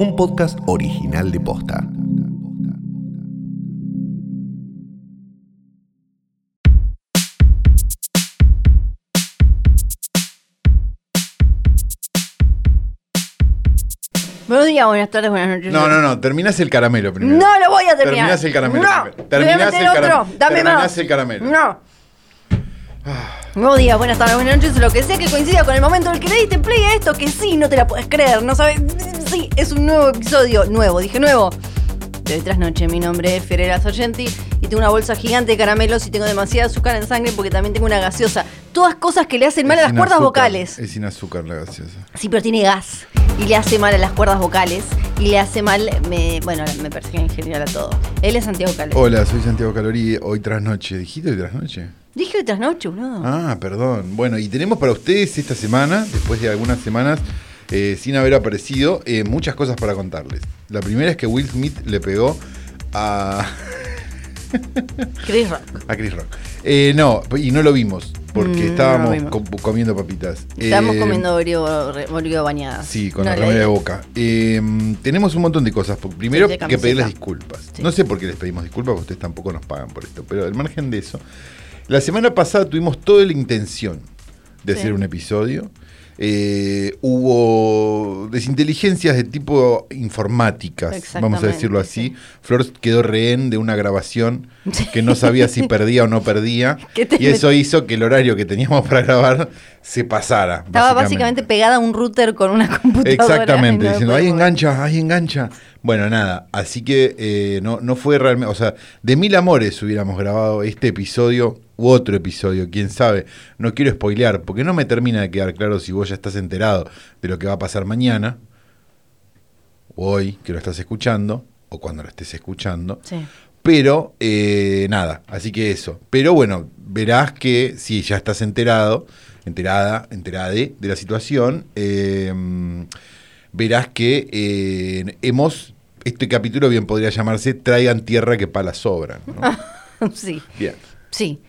un podcast original de Posta. Buenos días, buenas tardes, buenas noches. No, no, no, terminás el caramelo primero. No lo voy a terminar. Terminás el caramelo. No. primero. Terminás voy a meter el caramelo. otro. Dame Terminás más. el caramelo. No. Buenos días, buenas tardes, buenas noches, lo que sea que coincida con el momento en el que le diste play a esto, que sí, no te la puedes creer, no sabes. Sí, es un nuevo episodio, nuevo, dije nuevo. De hoy tras noche, mi nombre es Ferreira Sargenti y tengo una bolsa gigante de caramelos y tengo demasiada azúcar en sangre porque también tengo una gaseosa. Todas cosas que le hacen mal a Es las sin cuerdas azúcar, vocales. Es sin azúcar la gaseosa. Sí, pero tiene gas y le hace mal a las cuerdas vocales y le hace mal, me- bueno, me persigue en general a todo. Él es Santiago Calero. Hola, soy Santiago Calori, hoy tras noche. ¿Dijiste hoy tras noche? Dije hoy tras noche, boludo. Ah, perdón. Bueno, y tenemos para ustedes esta semana, después de algunas semanas eh, sin haber aparecido, eh, muchas cosas para contarles. La primera es que Will Smith le pegó a, Chris Rock. a Chris Rock. Eh, no, y no lo vimos, Mm, porque no lo estábamos vimos. co- comiendo papitas. Estamos Eh, comiendo bolivo, re- bolivo bañada. Sí, con No, la la remera de idea. boca. Eh, tenemos un montón de cosas. Por- Primero, Sí, de que camiseta. pedirles disculpas. Sí. No sé por qué les pedimos disculpas, porque ustedes tampoco nos pagan por esto. Pero al margen de eso, la semana pasada tuvimos toda la intención de Sí. hacer un episodio. Eh, hubo desinteligencias de tipo informáticas, vamos a Exactamente, decirlo así. sí. Flor quedó rehén de una grabación Sí. que no sabía si perdía o no perdía. Que te Y eso hizo que el horario que teníamos para grabar se pasara. Estaba básicamente pegada a un router con una computadora. Exactamente, y no diciendo, lo ahí podía mover". engancha, ahí engancha. Bueno, nada, así que eh, no, no fue realmente, o sea, de mil amores hubiéramos grabado este episodio u otro episodio, quién sabe, no quiero spoilear, porque no me termina de quedar claro si vos ya estás enterado de lo que va a pasar mañana, o hoy, que lo estás escuchando, o cuando lo estés escuchando. Sí. Pero eh, nada, así que eso. Pero bueno, verás que si ya estás enterado, enterada, enterada de, de la situación, eh, verás que eh, hemos, este capítulo bien podría llamarse Traigan tierra que palas sobran. ¿no? sí, bien. sí.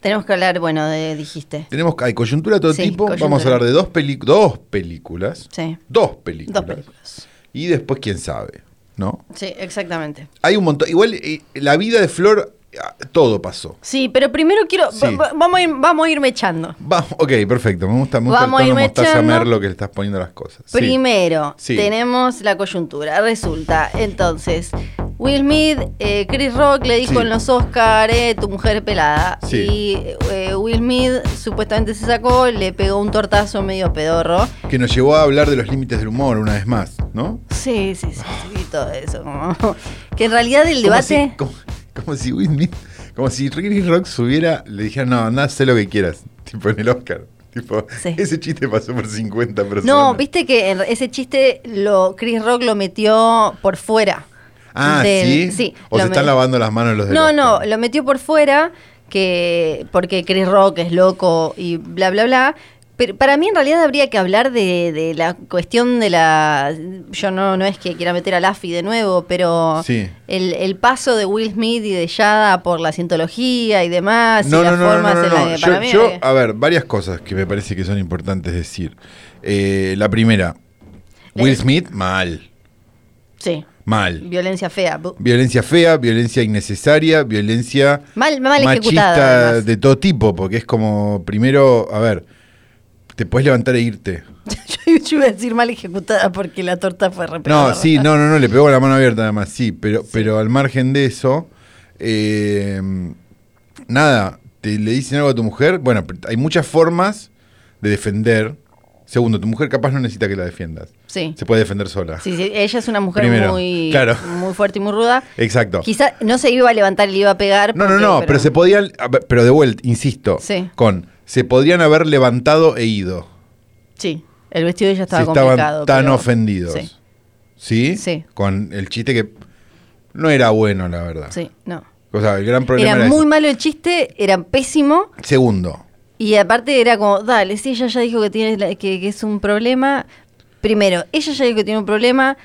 Tenemos que hablar, bueno, de, dijiste. Tenemos hay coyuntura de todo Sí, tipo, vamos a coyuntura. hablar de dos, peli- dos películas. Sí. Dos películas. Dos películas. Y después quién sabe, ¿no? Sí, exactamente. Hay un montón. Igual eh, la vida de Flor, eh, todo pasó. Sí, pero primero quiero. Sí. va- va- vamos, a ir, vamos a ir mechando. Va- ok, perfecto. Me gusta, me gusta Vamos a el tono ir mostaza mechando. merlo que le estás poniendo a las cosas. Sí. Primero, Sí. tenemos la coyuntura. Resulta, entonces, Will Smith, eh, Chris Rock le dijo Sí. en los Oscars, tu mujer es pelada. Sí. Y eh, Will Smith supuestamente se sacó, le pegó un tortazo medio pedorro. Que nos llevó a hablar de los límites del humor una vez más, ¿no? Sí, sí, sí, sí, y todo eso. como- que en realidad el Como si- debate... Como, como si Whitney, como si Ricky Rock subiera, le dijera, no, andá, haz lo que quieras. Tipo en el Oscar. Tipo, Sí. ese chiste pasó por 50 personas. No, viste que en- ese chiste lo Chris Rock lo metió por fuera. Ah, del- ¿sí? sí, O lo se están met- lavando las manos los del No, Oscar. no, lo metió por fuera que porque Chris Rock es loco y bla bla bla. Pero para mí en realidad habría que hablar de, de la cuestión de la yo no no es que quiera meter a Laffy de nuevo, pero Sí. el, el paso de Will Smith y de Yada por la cientología y demás y No, no, las no, no, formas no, en no, las no. que Yo, para mí yo, habría que- a ver, varias cosas que me parece que son importantes decir. Eh, la primera, Le- Will Smith, mal, sí, mal. violencia fea. bu- Violencia fea, violencia innecesaria, violencia Mal- mal ejecutada, además. de todo tipo, porque es como, primero, a ver, te puedes levantar e irte. yo, yo iba a decir mal ejecutada porque la torta fue re No, pedorra. sí, no, no, no, le pegó con la mano abierta además, sí, pero, pero al margen de eso, eh, nada, te le dicen algo a tu mujer, bueno, pr- hay muchas formas de defender. Segundo, tu mujer capaz no necesita que la defiendas. Sí. Se puede defender sola. Sí, sí, ella es una mujer Primero, muy, claro. muy fuerte y muy ruda. Exacto. Quizá no se iba a levantar y le iba a pegar. No, no, porque- no, pero, se podían, a ver, pero de vuelta, insisto, Sí. con se podrían haber levantado e ido Sí, el vestido de ella estaba si estaban complicado. tan pero- ofendidos. Sí, Sí. Sí. Con el chiste que no era bueno, la verdad. sí, no. O sea, el gran problema Era era, muy ese. malo el chiste, era pésimo. Segundo, Y aparte era como, dale, si ella ya dijo que, tiene, la- que, que es un problema. Primero, ella ya dijo que tiene un problema.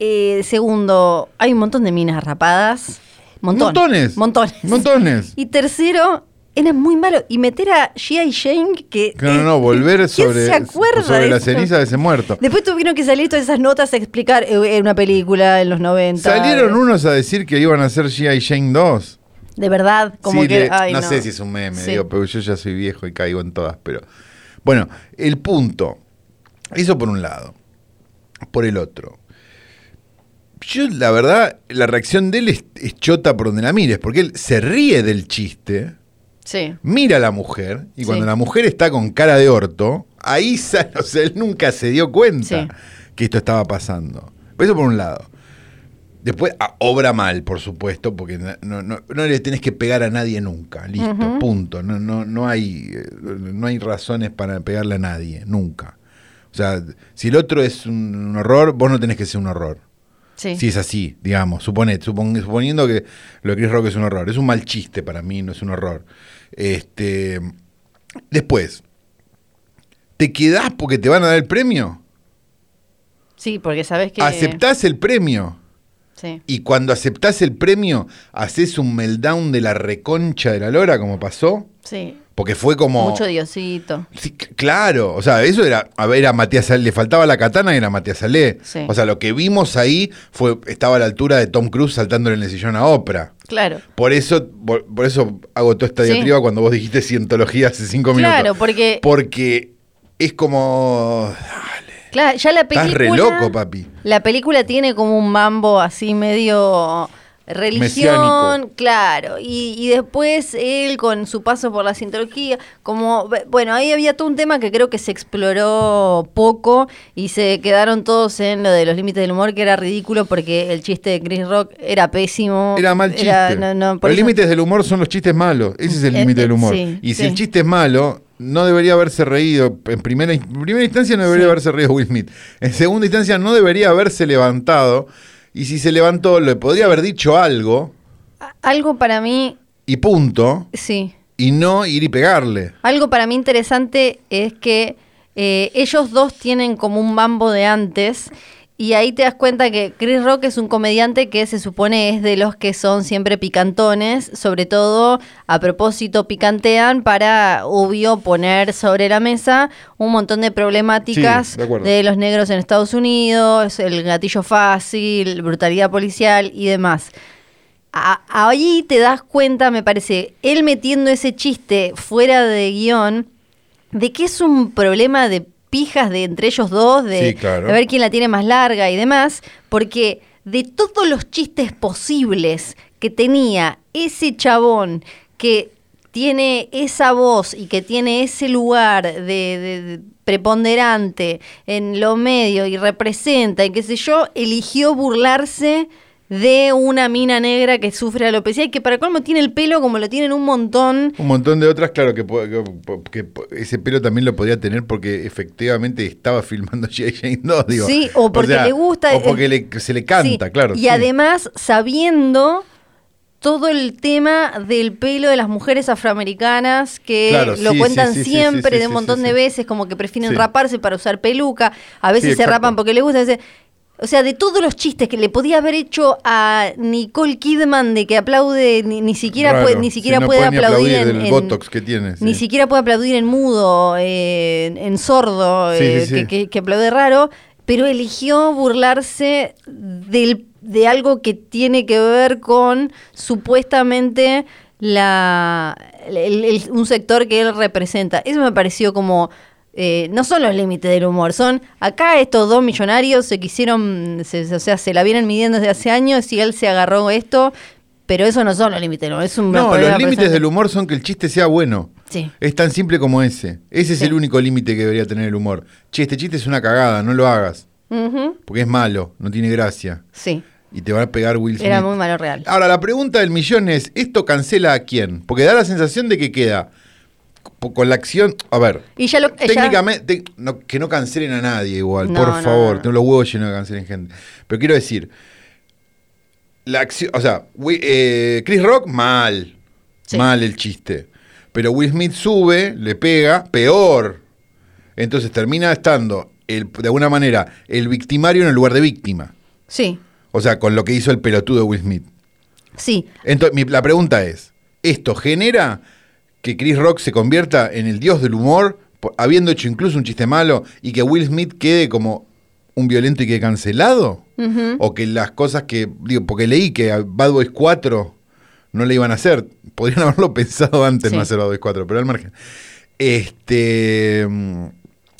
Eh, segundo, hay un montón de minas rapadas. Montón. Montones. Montones. Montones. Y tercero, Era muy malo. Y meter a Gia y Shane, que. No, no, no, volver ¿quién sobre, se acuerda sobre de la eso? ceniza de ese muerto. Después tuvieron que salir todas esas notas a explicar eh, en una película en los 90. Salieron unos a decir que iban a hacer G.I. Jane 2. De verdad, como Sí, que. le- ay, no, no, sé si es un meme, Sí. digo, pero yo ya soy viejo y caigo en todas, pero. Bueno, el punto. Eso por un lado. Por el otro. Yo, la verdad, la reacción de él es, es chota por donde la mires, porque él se ríe del chiste, Sí. mira a la mujer, y cuando Sí. la mujer está con cara de orto, ahí sa- o sea, él nunca se dio cuenta Sí. que esto estaba pasando. Eso por un lado. Después ah, obra mal, por supuesto, porque na- no, no- no le tenés que pegar a nadie nunca. Listo, punto. No, no, no, hay, eh, no hay razones para pegarle a nadie, nunca. O sea, si el otro es un, un horror, vos no tenés que ser un horror. Sí. Si es así, digamos, suponet, supon- suponiendo que lo de Chris Rock es un horror. Es un mal chiste para mí, no es un horror. Este, después, ¿te quedás porque te van a dar el premio? Sí, porque sabes que. ¿Aceptás el premio? Sí. Y cuando aceptás el premio, haces un meltdown de la reconcha de la lora, como pasó. Sí. Porque fue como. Mucho diosito. Sí, c- claro, o sea, eso era, a ver, a Matías Ale- le faltaba la katana y era Matías Ale. Sí. O sea, lo que vimos ahí fue estaba a la altura de Tom Cruise saltándole en el sillón a Oprah. Claro. Por eso, por, por eso hago toda esta Sí. diatriba cuando vos dijiste cientología hace cinco minutos. Claro, porque- Porque es como. Claro, ya la Estás película. re loco, papi. La película tiene como un mambo así medio religión, Mesiánico. claro, y, y después él con su paso por la sintología, como, bueno, ahí había todo un tema que creo que se exploró poco y se quedaron todos en lo de los límites del humor, que era ridículo porque el chiste de Chris Rock era pésimo. Era mal chiste. no, no, por los eso- límites del humor son los chistes malos. Ese es el Eh, límite eh, del humor. sí, y si sí. el chiste es malo, no debería haberse reído. En primera, in- en primera instancia no debería Sí. haberse reído Will Smith. En segunda instancia no debería haberse levantado. Y si se levantó, le podría haber dicho algo Algo para mí, y punto. sí. Y no ir y pegarle. Algo para mí interesante es que eh, ellos dos tienen como un mambo de antes. Y ahí te das cuenta que Chris Rock es un comediante que se supone es de los que son siempre picantones, sobre todo a propósito picantean para, obvio, poner sobre la mesa un montón de problemáticas Sí, de acuerdo. de los negros en Estados Unidos, el gatillo fácil, brutalidad policial y demás. A- ahí te das cuenta, me parece, él metiendo ese chiste fuera de guión, de que es un problema de pijas de entre ellos dos, de, Sí, claro. de ver quién la tiene más larga y demás, porque de todos los chistes posibles que tenía ese chabón que tiene esa voz y que tiene ese lugar de, de- de preponderante en lo medio y representa y qué sé yo, eligió burlarse de una mina negra que sufre alopecia y que para colmo tiene el pelo como lo tienen un montón Un montón de otras, claro, que, po- que po- que po- ese pelo también lo podía tener porque efectivamente estaba filmando G.I. Jane 2, digo. Sí, o porque le gusta, O porque eh, le- se le canta, Sí, claro. Y sí. además sabiendo todo el tema del pelo de las mujeres afroamericanas que Claro, lo sí, cuentan sí, sí, sí, siempre sí, sí, de un sí, montón sí, de sí. veces, como que prefieren Sí. raparse para usar peluca, a veces se exacto. rapan porque les gusta, a veces- O sea, de todos los chistes que le podía haber hecho a Nicole Kidman de que aplaude, ni, ni siquiera Raro, puede, ni siquiera sí, no puede, puede ni aplaudir, aplaudir en, del en- botox que tiene, Ni sí. siquiera puede aplaudir en mudo, eh, en, en sordo, Sí, sí, eh, sí. que- que- que aplaude raro, pero eligió burlarse del, de algo que tiene que ver con supuestamente la, el- el- un sector que él representa. Eso me pareció como... eh, no son los límites del humor, son acá estos dos millonarios se quisieron, se- se- o sea, se la vienen midiendo desde hace años y él se agarró esto, pero eso no son los límites del humor, es un No, problema los límites presente. del humor son que el chiste sea bueno. Sí. Es tan simple como ese. Ese es Sí. el único límite que debería tener el humor. Che, este chiste es una cagada, no lo hagas. Ujú, Porque es malo, no tiene gracia. Sí, Y te va a pegar Will Smith. era muy malo real. Ahora, la pregunta del millón es, ¿esto cancela a quién? Porque da la sensación de que queda po- con la acción... A ver, Y ya lo ya- técnicamente, te- no- que no cancelen a nadie igual, No, por no, favor, no. tengo los huevos llenos de cancelen gente. Pero quiero decir, la acción, o sea, Wi- eh, Chris Rock, mal, Sí. mal el chiste. Pero Will Smith sube, le pega, peor. Entonces termina estando, el- de alguna manera, el victimario en el lugar de víctima. Sí, O sea, con lo que hizo el pelotudo de Will Smith. sí. Entonces, mi- la pregunta es, ¿esto genera que Chris Rock se convierta en el dios del humor, por- habiendo hecho incluso un chiste malo, y que Will Smith quede como un violento y que cancelado? O que las cosas que, digo, porque leí que a Bad Boys 4 no le iban a hacer, podrían haberlo pensado antes Sí. no hacer Bad Boys 4, pero al margen. Este, mm,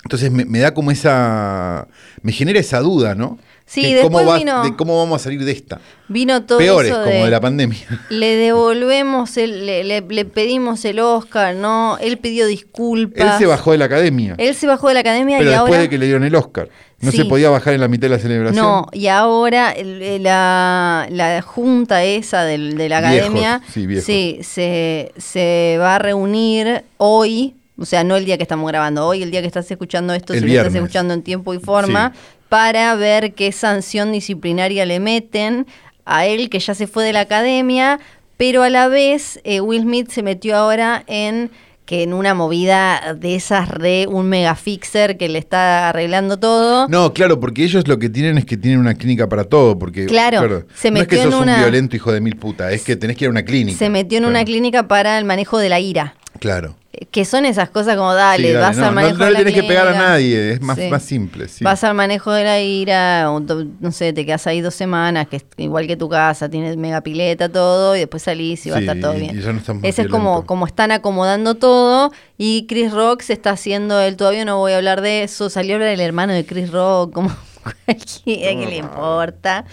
entonces me, me da como esa, me genera esa duda, ¿no? Sí, Que cómo, después vino- de cómo vamos a salir de esta. Vino todo Peores, eso como de la pandemia. Le devolvemos, el, le, le- le pedimos el Oscar, ¿no? Él pidió disculpas. Él se bajó de la academia. Él se bajó de la academia Pero y después ahora... de que le dieron el Oscar. No Sí. se podía bajar en la mitad de la celebración. No, y ahora el- eh, la, la junta esa del- de la Viejos, academia sí, viejos. se, se va a reunir hoy, o sea, no el día que estamos grabando, hoy el día que estás escuchando esto, El si lo estás viernes. escuchando en tiempo y forma, Sí. para ver qué sanción disciplinaria le meten a él que ya se fue de la academia, pero a la vez eh, Will Smith se metió ahora en que en una movida de esas re un mega fixer que le está arreglando todo. No, claro, porque ellos lo que tienen es que tienen una clínica para todo. Porque, Claro, se no es que metió en sos una- un violento hijo de mil puta, es que tenés que ir a una clínica. Se metió en Claro, una clínica para el manejo de la ira. Claro. Eh, Que son esas cosas como, dale, Sí, dale, vas no, al no- manejo no de le la tenés que pegar a ira. nadie, es más- más simple, sí. Vas al manejo de la ira, o do- no sé, te quedas ahí dos semanas, que es igual que tu casa, tienes mega pileta, todo, y después salís y va a Sí, estar todo y- bien. y ya no estás más Ese es como, violento. como están acomodando todo, y Chris Rock se está haciendo él, todavía no voy a hablar de eso, salió a hablar el hermano de Chris Rock, como cualquiera que le importa.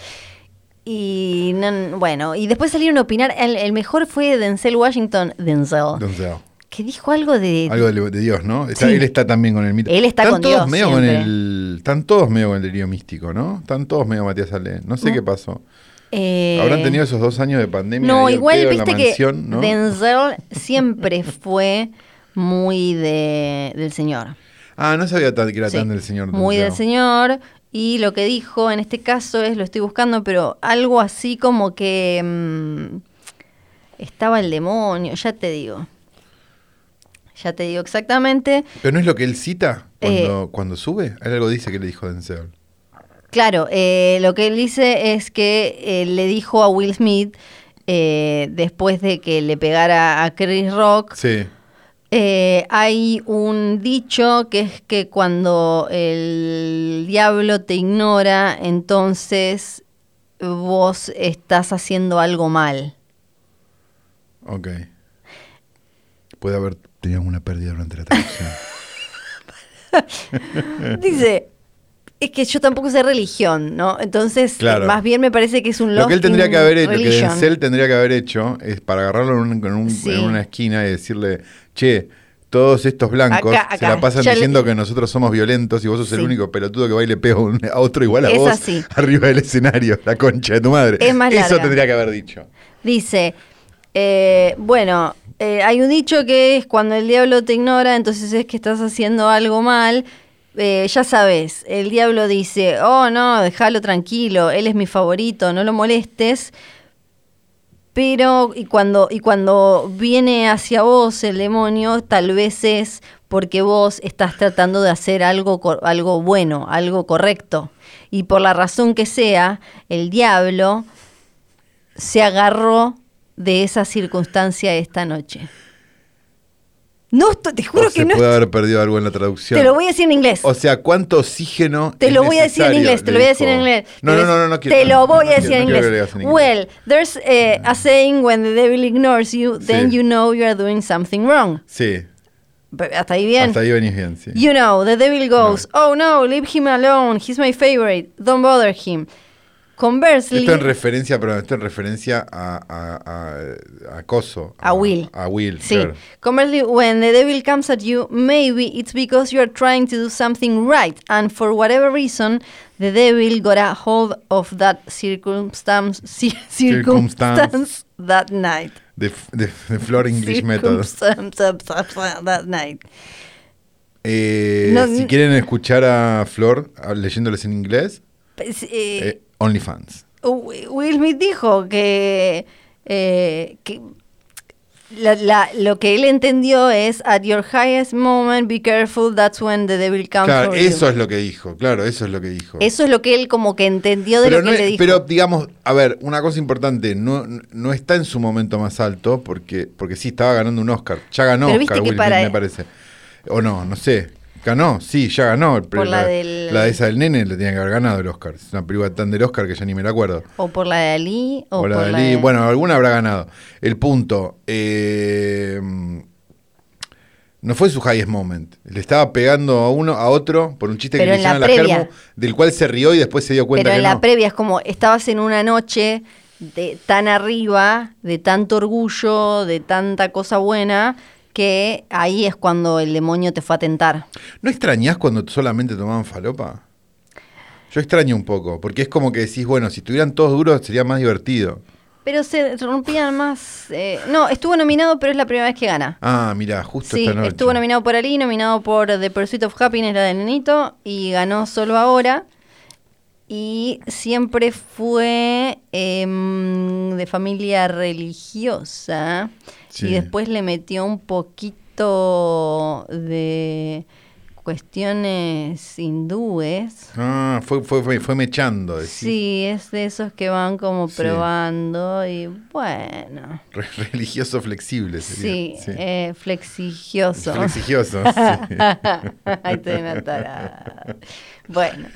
Y no- bueno, y después salieron a opinar. El, el mejor fue Denzel Washington, Denzel, Entonces, ah, que dijo algo de. algo de, de Dios, ¿no? Está- Sí. Él está también con el mito. Él está están con todos Dios Medio con siempre. el, están todos medio con el delirio místico, ¿no? Están todos medio Matías Ale. No sé qué pasó. eh, Habrán tenido esos dos años de pandemia. No, ahí al igual pedo en la viste que mansión, ¿no? Denzel siempre fue muy de, del señor. Ah, no sabía tan- que era Sí, tan del señor. Muy del Denzel. señor. Y lo que dijo en este caso es, lo estoy buscando, pero algo así como que mm, estaba el demonio, ya te digo. Ya te digo exactamente. ¿Pero no es lo que él cita cuando, Eh. cuando sube? Él algo dice que le dijo Denzel. Claro, eh, lo que él dice es que eh, le dijo a Will Smith eh, después de que le pegara a Chris Rock, Sí. eh, hay un dicho que es que cuando el diablo te ignora, entonces vos estás haciendo algo mal. Ok. Puede haber tenido alguna pérdida durante la traducción. Eh. Dice, es que yo tampoco sé religión, ¿no? Entonces, Claro. eh, más bien me parece que es un lo que él lost tendría in que haber hecho, lo que religion. Denzel tendría que haber hecho, es para agarrarlo en, un- en un- Sí. en una esquina y decirle, che, todos estos blancos Acá, se acá. la pasan Ya le- diciendo que nosotros somos violentos y vos sos el Sí. único pelotudo que va y le pega un- a otro igual a Es vos así. arriba del escenario, la concha de tu madre. Es más Eso larga. tendría que haber dicho. Dice, eh, bueno, eh, hay un dicho que es cuando el diablo te ignora, entonces es que estás haciendo algo mal. Eh, ya sabes, el diablo dice, oh no, déjalo tranquilo, él es mi favorito, no lo molestes. Pero y cuando, y cuando viene hacia vos el demonio, tal vez es porque vos estás tratando de hacer algo, cor- algo bueno, algo correcto. Y por la razón que sea, el diablo se agarró de esa circunstancia esta noche. No, esto- te juro O que se no. puede haber perdido algo en la traducción. Te lo voy a decir en inglés. O sea, ¿cuánto oxígeno? Te es lo voy a decir en necesario? inglés, te Le lo voy a dijo. decir en inglés. No, Te no, lo- no, no, no quiero. Te lo no, voy no a decir quiero, en no quiero que lo inglés. digas en inglés. Well, there's eh, a saying when the devil ignores you, then Sí. you know you are doing something wrong. Sí, Pero hasta ahí bien. hasta ahí venís bien, sí. You know, the devil goes, oh no, leave him alone, he's my favorite, don't bother him. Conversely, Esto en referencia, perdón, esto en referencia a, a, a- a acoso. A Will. A Will, Sí. claro. Commonly, when the devil comes at you, maybe it's because you are trying to do something right, and for whatever reason, the devil got a hold of that circumstance, cir- Circumstance. circumstance that night. The, the, the Flor English Method. Circumstance uh, that night. Eh, No, si n- quieren escuchar a Flor a- leyéndoles en inglés, Pues, eh, oh, eh, OnlyFans. Will Smith dijo que, eh, que la- la- lo que él entendió es at your highest moment, be careful, that's when the devil comes Claro, for eso you". es lo que dijo, claro, eso es lo que dijo. Eso es lo que él como que entendió de pero, lo no que es- le dijo. pero, digamos, a ver, una cosa importante, no, no está en su momento más alto porque, porque sí estaba ganando un Oscar. Ya ganó Pero viste Oscar que Will para- Smith, me parece. O no, no sé. Ganó, sí, ya ganó. El, Por la la, del- la de esa del nene le tenía que haber ganado el Oscar. Es una película tan del Oscar que ya ni me la acuerdo. o por la de Ali, o, O la Oh, por de la Lee. de- Bueno, alguna habrá ganado. El punto. eh, no fue su highest moment. Le estaba pegando a uno, a otro, por un chiste Pero que le en la hicieron a la previa. Germu, del cual se rió y después se dio cuenta Pero que en la no. previa es como, estabas en una noche de tan arriba, de tanto orgullo, de tanta cosa buena, que ahí es cuando el demonio te fue a tentar. ¿No extrañás cuando solamente tomaban falopa? Yo extraño un poco, porque es como que decís, bueno, si estuvieran todos duros sería más divertido. Pero se rompían más... eh, no, estuvo nominado, pero es la primera vez que gana. Ah, mira, justo Sí, esta noche. estuvo nominado por Ali, nominado por The Pursuit of Happiness, la del nenito, y ganó solo ahora. Y siempre fue em, de familia religiosa. Sí. Y después le metió un poquito de cuestiones hindúes. Ah, fue, fue, fue, fue mechando, decís. Sí, es de esos que van como Sí. probando y bueno. Re- religioso flexible Sí, sería. eh, flexigioso. Flexigioso, sí. Ay, estoy una tarada. Bueno,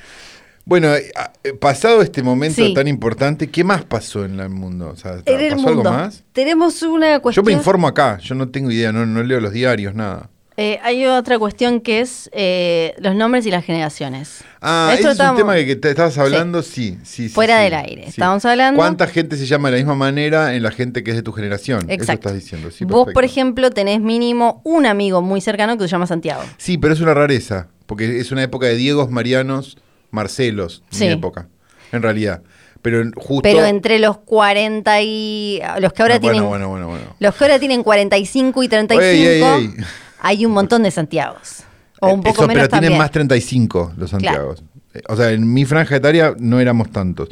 Bueno, eh, ah, eh, pasado este momento Sí. tan importante, ¿qué más pasó en la- el mundo? O sea, ¿ta- en el ¿Pasó mundo algo más? tenemos una cuestión. Yo me informo acá, yo no tengo idea, no, no leo los diarios, nada. Eh, hay otra cuestión que es eh, los nombres y las generaciones. Ah, Esto ese es un estábamos- tema que, que te estabas hablando, sí, sí, sí, Fuera sí, del aire. sí. Estábamos hablando- ¿Cuánta gente se llama de la misma manera en la gente que es de tu generación? Eso Exacto. estás diciendo, sí. Vos, perfecto. por ejemplo, tenés mínimo un amigo muy cercano que se llama Santiago. Sí, pero es una rareza, porque es una época de Diegos, Marianos, Marcelos, Sí. mi época, en realidad. Pero en- justo... Pero entre los 40 y. Los que ahora Ah, bueno, tienen. bueno, bueno, bueno. Los que ahora tienen 45 y 35. Ey, ey, ey. Hay un montón de Santiagos. O un Eh, poco Eso, menos pero tienen también. más 35 los Santiagos. Eh, O sea, en mi franja etaria no éramos tantos.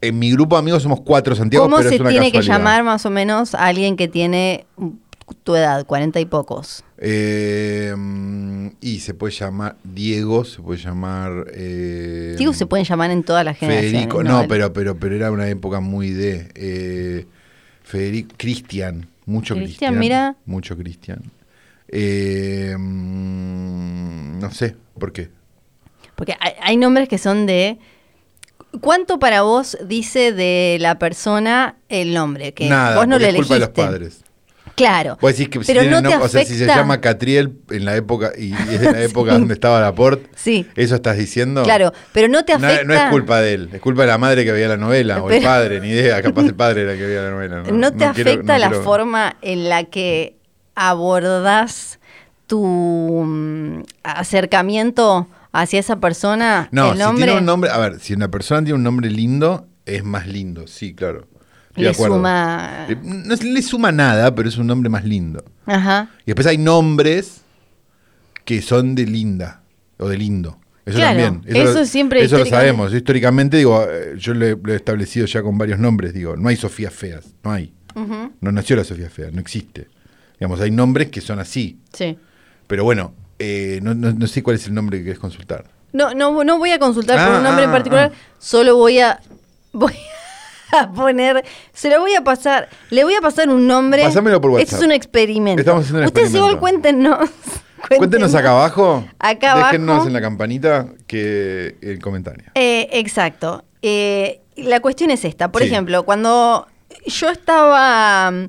En mi grupo de amigos somos cuatro Santiagos, ¿Cómo pero se es una tiene que casualidad. llamar más o menos a alguien que tiene tu edad, 40 y pocos? Eh, mm, y se puede llamar Diego, se puede llamar... eh, Digo, se pueden llamar en todas las generaciones. Federico, no, vale. pero, pero, pero era una época muy de... eh, Federico, Cristian, mucho Cristian, Cristian. mira. Mucho Cristian. Eh, mm, no sé por qué. Porque hay, hay nombres que son de... ¿Cuánto para vos dice de la persona el nombre? Que Nada, vos no porque lo es culpa de los elegiste. padres. Claro. Vos decís que si, pero tiene no te nom- o sea, si se afecta- llama Catriel en la época y, y es de la época Sí. donde estaba Laporte, Sí. ¿eso estás diciendo? Claro, pero no te No, afecta... no es culpa de él, es culpa de la madre que veía la novela, o el Pero- padre, ni idea, capaz el padre era el que veía la novela. No, ¿No te No quiero- afecta no la quiero- forma en la que abordás tu mm, acercamiento hacia esa persona? el No, si nombre tiene un nombre, a ver, si una persona tiene un nombre lindo, es más lindo, sí, claro. Estoy de le acuerdo. suma. Eh, No es- le suma nada, pero es un nombre más lindo. Ajá. Y después hay nombres que son de linda o de lindo. Eso Claro, también. eso lo- siempre Eso lo históricamente- sabemos. Históricamente, digo, eh, yo lo he, lo he establecido ya con varios nombres. Digo, no hay Sofías feas. No hay. Ujú. No nació la Sofía fea. No existe. Digamos, hay nombres que son así. Sí. Pero bueno, eh, no, no- no sé cuál es el nombre que querés consultar. No, no, no voy a consultar por Ah, un nombre ah, en particular, ah. solo voy a. Voy a poner. Se lo voy a pasar. Le voy a pasar un nombre. Pásamelo por Esto es WhatsApp. un experimento. Estamos haciendo un Ustedes experimento. igual cuéntenos. Cuéntenos acá abajo. Acá abajo. déjennos en la campanita que el comentario. Eh, exacto. Eh, la cuestión es esta. Por Sí. ejemplo, cuando yo estaba. mm,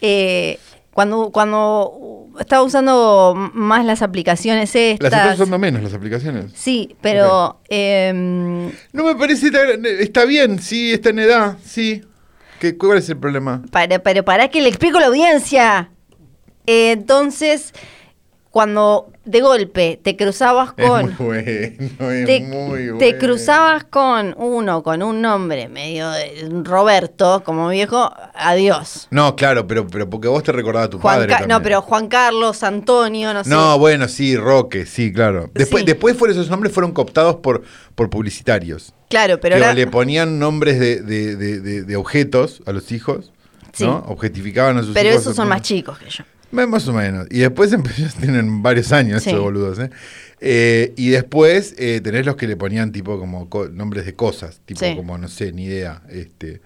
eh, cuando, cuando estaba usando más las aplicaciones Las estas. estás usando menos las aplicaciones. Sí, pero. em, No me parece tan- Está bien, sí, está en edad, sí. ¿Qué, ¿Cuál es el problema? Para, pero para que le explico a la audiencia. Eh, entonces, cuando de golpe te cruzabas con. Es muy bueno, es te, muy bueno. te cruzabas con uno, con un nombre medio de Roberto, como viejo, adiós. No, claro, pero, pero porque vos te recordabas a tu Juan padre. Ca- también. no, pero Juan Carlos, Antonio, no sé. No, bueno, sí, Roque, sí, claro. Después, ¿Ah, Sí. después fueron esos nombres fueron cooptados por, por publicitarios. claro, pero que ahora. le ponían nombres de, de- de- de- de objetos a los hijos. Sí. ¿no? Objetificaban a sus Pero hijos esos son argentinos. más chicos que yo. Eh, Más o menos. Y después empezó, tienen varios años Sí. esos boludos, ¿eh? Eh, Y después eh, tenés los que le ponían tipo como co- nombres de cosas, tipo Sí. como, no sé, ni idea, este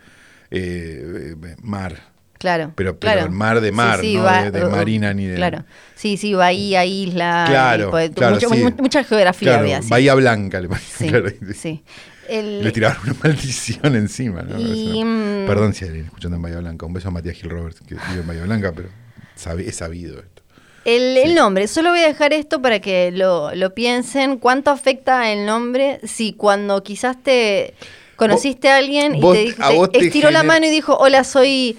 eh, eh, mar. Claro. Pero- pero claro. el mar de mar, ¿no? De- de o- o- marina ni de- Claro. Sí, sí, bahía, isla. Claro, y pues, claro, mucho- sí. mu- Mucha geografía Claro, había. Sí. Bahía Blanca le ponían. Sí, claro. sí. El- Le tiraban una maldición encima, ¿no? Y, Es una- mm, Perdón si hay alguien escuchando en Bahía Blanca. Un beso a Matías Gil Roberts, que vive en Bahía Blanca, pero sabe- es sabido esto. El, el nombre, solo voy a dejar esto para que lo, lo piensen. ¿Cuánto afecta el nombre si cuando quizás te conociste a alguien y vos- te, dijo- a te vos te estiró la genera- mano y dijo, hola, soy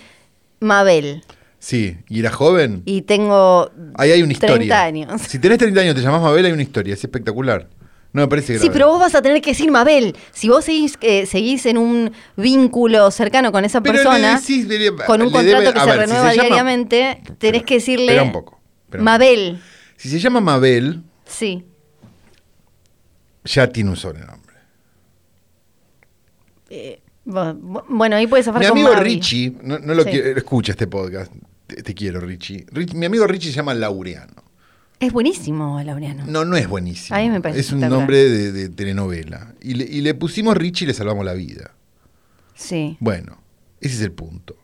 Mabel Sí, y era joven. y tengo Ahí hay una historia. 30 años? Si tenés 30 años, te llamás Mabel, hay una historia. Es espectacular. No me parece grave. Sí, pero vos vas a tener que decir Mabel. Si vos seguís, eh, seguís en un vínculo cercano con esa Pero le persona, decís, le- le- con un le contrato debe- que a se ver, si renueva se llama- diariamente, tenés que decirle Espera un poco, espera un Mabel. Si se llama Mabel, Sí. ya tiene un sobrenombre. Eh, bu- bu- bueno, ahí puedes zafar Mi con amigo Mavi. Richie, no, no lo Sí. quiero- escucha este podcast. Te, te quiero, Richie. Rich- Mi amigo Richie se llama Laureano. Es buenísimo, Laureano. No, no es buenísimo. A mí me parece es un espectacular. nombre de, de telenovela. Y le, y le pusimos Richie y le salvamos la vida. Sí, Bueno, ese es el punto.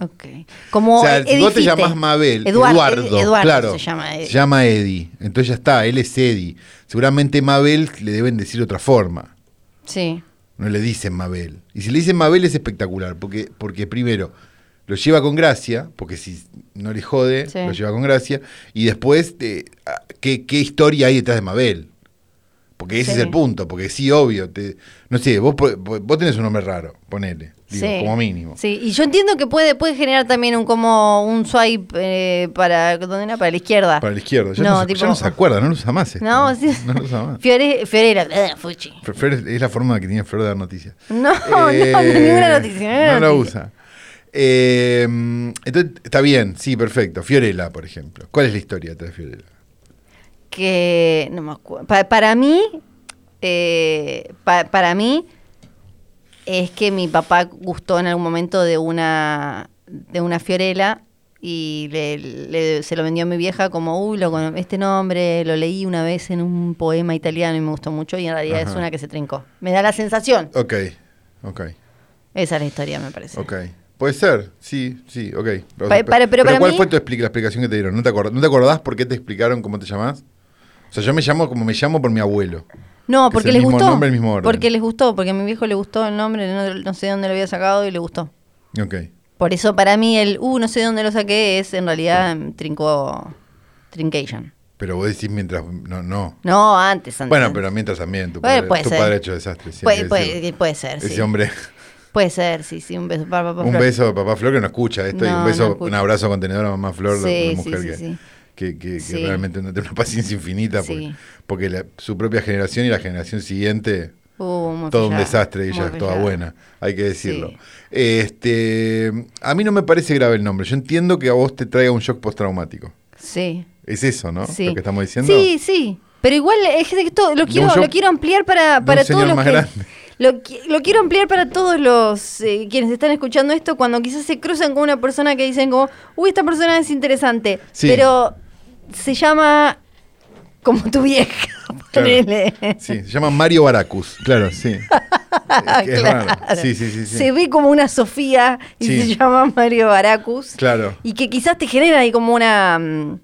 ok. Como o sea, eh, si vos te dijiste, llamás Mabel, Eduard- Eduardo, Ed- Eduardo claro, se llama. eh, Eddie. Entonces ya está, él es Eddie. Seguramente Mabel le deben decir otra forma. Sí, No le dicen Mabel. Y si le dicen Mabel es espectacular, porque, porque primero lo lleva con gracia, porque si no le jode, Sí. lo lleva con gracia. Y después, eh, ah, ¿qué, qué historia hay detrás de Mabel? Porque ese Sí. es el punto, porque sí, obvio. te- no sé, vos, po- vos tenés un nombre raro, ponele, digo, sí. como mínimo. Sí, y yo entiendo que puede, puede generar también un como un swipe eh, para, ¿dónde era? para la izquierda. Para la izquierda. Ya, No, no, se, tipo- ya no se acuerda, no lo usa más. esto. No, sí. No lo usa más. Fiore, Fiorera, bleh, Fuchi. Fer- Fer es- es la forma que tiene Flor de dar noticias. No, no, no, ninguna noticia, ninguna Eh, No la noticia. usa. Eh, entonces, está bien, sí, perfecto. Fiorella, por ejemplo. ¿Cuál es la historia detrás de Fiorella? Que no me acuerdo. Pa- para mí, eh, pa- para mí es que mi papá gustó en algún momento de una de una Fiorella y le- le- se lo vendió a mi vieja como, uy, lo con- este nombre lo leí una vez en un poema italiano y me gustó mucho y en realidad es Ajá. una que se trincó. Me da la sensación. Ok, ok, Esa es la historia, me parece. ok. Puede ser, sí, sí, ok. O sea, Pa- para- pero para ¿cuál mí- fue tu expli- la explicación que te dieron? ¿No te, acordás, ¿No te acordás por qué te explicaron cómo te llamás? O sea, yo me llamo como me llamo por mi abuelo. No, Que es porque el les mismo gustó. nombre, el mismo orden. Porque les gustó, porque a mi viejo le gustó el nombre, no, no sé dónde lo había sacado y le gustó. Ok, Por eso para mí el, uh, no sé dónde lo saqué, es en realidad mm, Trinco, Trincation. pero vos decís mientras... No, no. No, antes, antes. Bueno, antes. pero mientras también, tu Bueno, padre, puede tu ser. padre ha hecho desastres. sí, hay Puede, que puede- decirlo. puede ser, sí. Ese hombre... Puede ser, sí, sí, un beso para papá. Un Flor. beso a papá Flor que no escucha esto y No, un beso, no escucha. un abrazo contenedor a mamá Flor, la- Sí, la, sí, mujer sí, que, sí. que- que- que Sí. realmente tiene una paciencia infinita porque, Sí. porque la- su propia generación y la generación siguiente, Uh, muy todo un pillada, desastre y ella muy es toda pillada. buena, hay que decirlo. Sí. Este, a mí no me parece grave el nombre, yo entiendo que a vos te traiga un shock postraumático. Sí, Es eso, ¿no? sí. Lo que estamos diciendo. Sí, sí. Pero igual es que esto lo un quiero, yo- lo quiero ampliar de para, un para señor todos los más que... grande. Lo, qui- lo quiero ampliar para todos los eh, quienes están escuchando esto cuando quizás se cruzan con una persona que dicen como, uy, esta persona es interesante, Sí. pero se llama como tu vieja. Claro. ponele. Sí, se llama Mario Baracus, claro, sí. Es que es raro. Claro. Sí, sí, sí, sí. Se ve como una Sofía y Sí. se llama Mario Baracus. Claro. Y que quizás te genera ahí como una mm,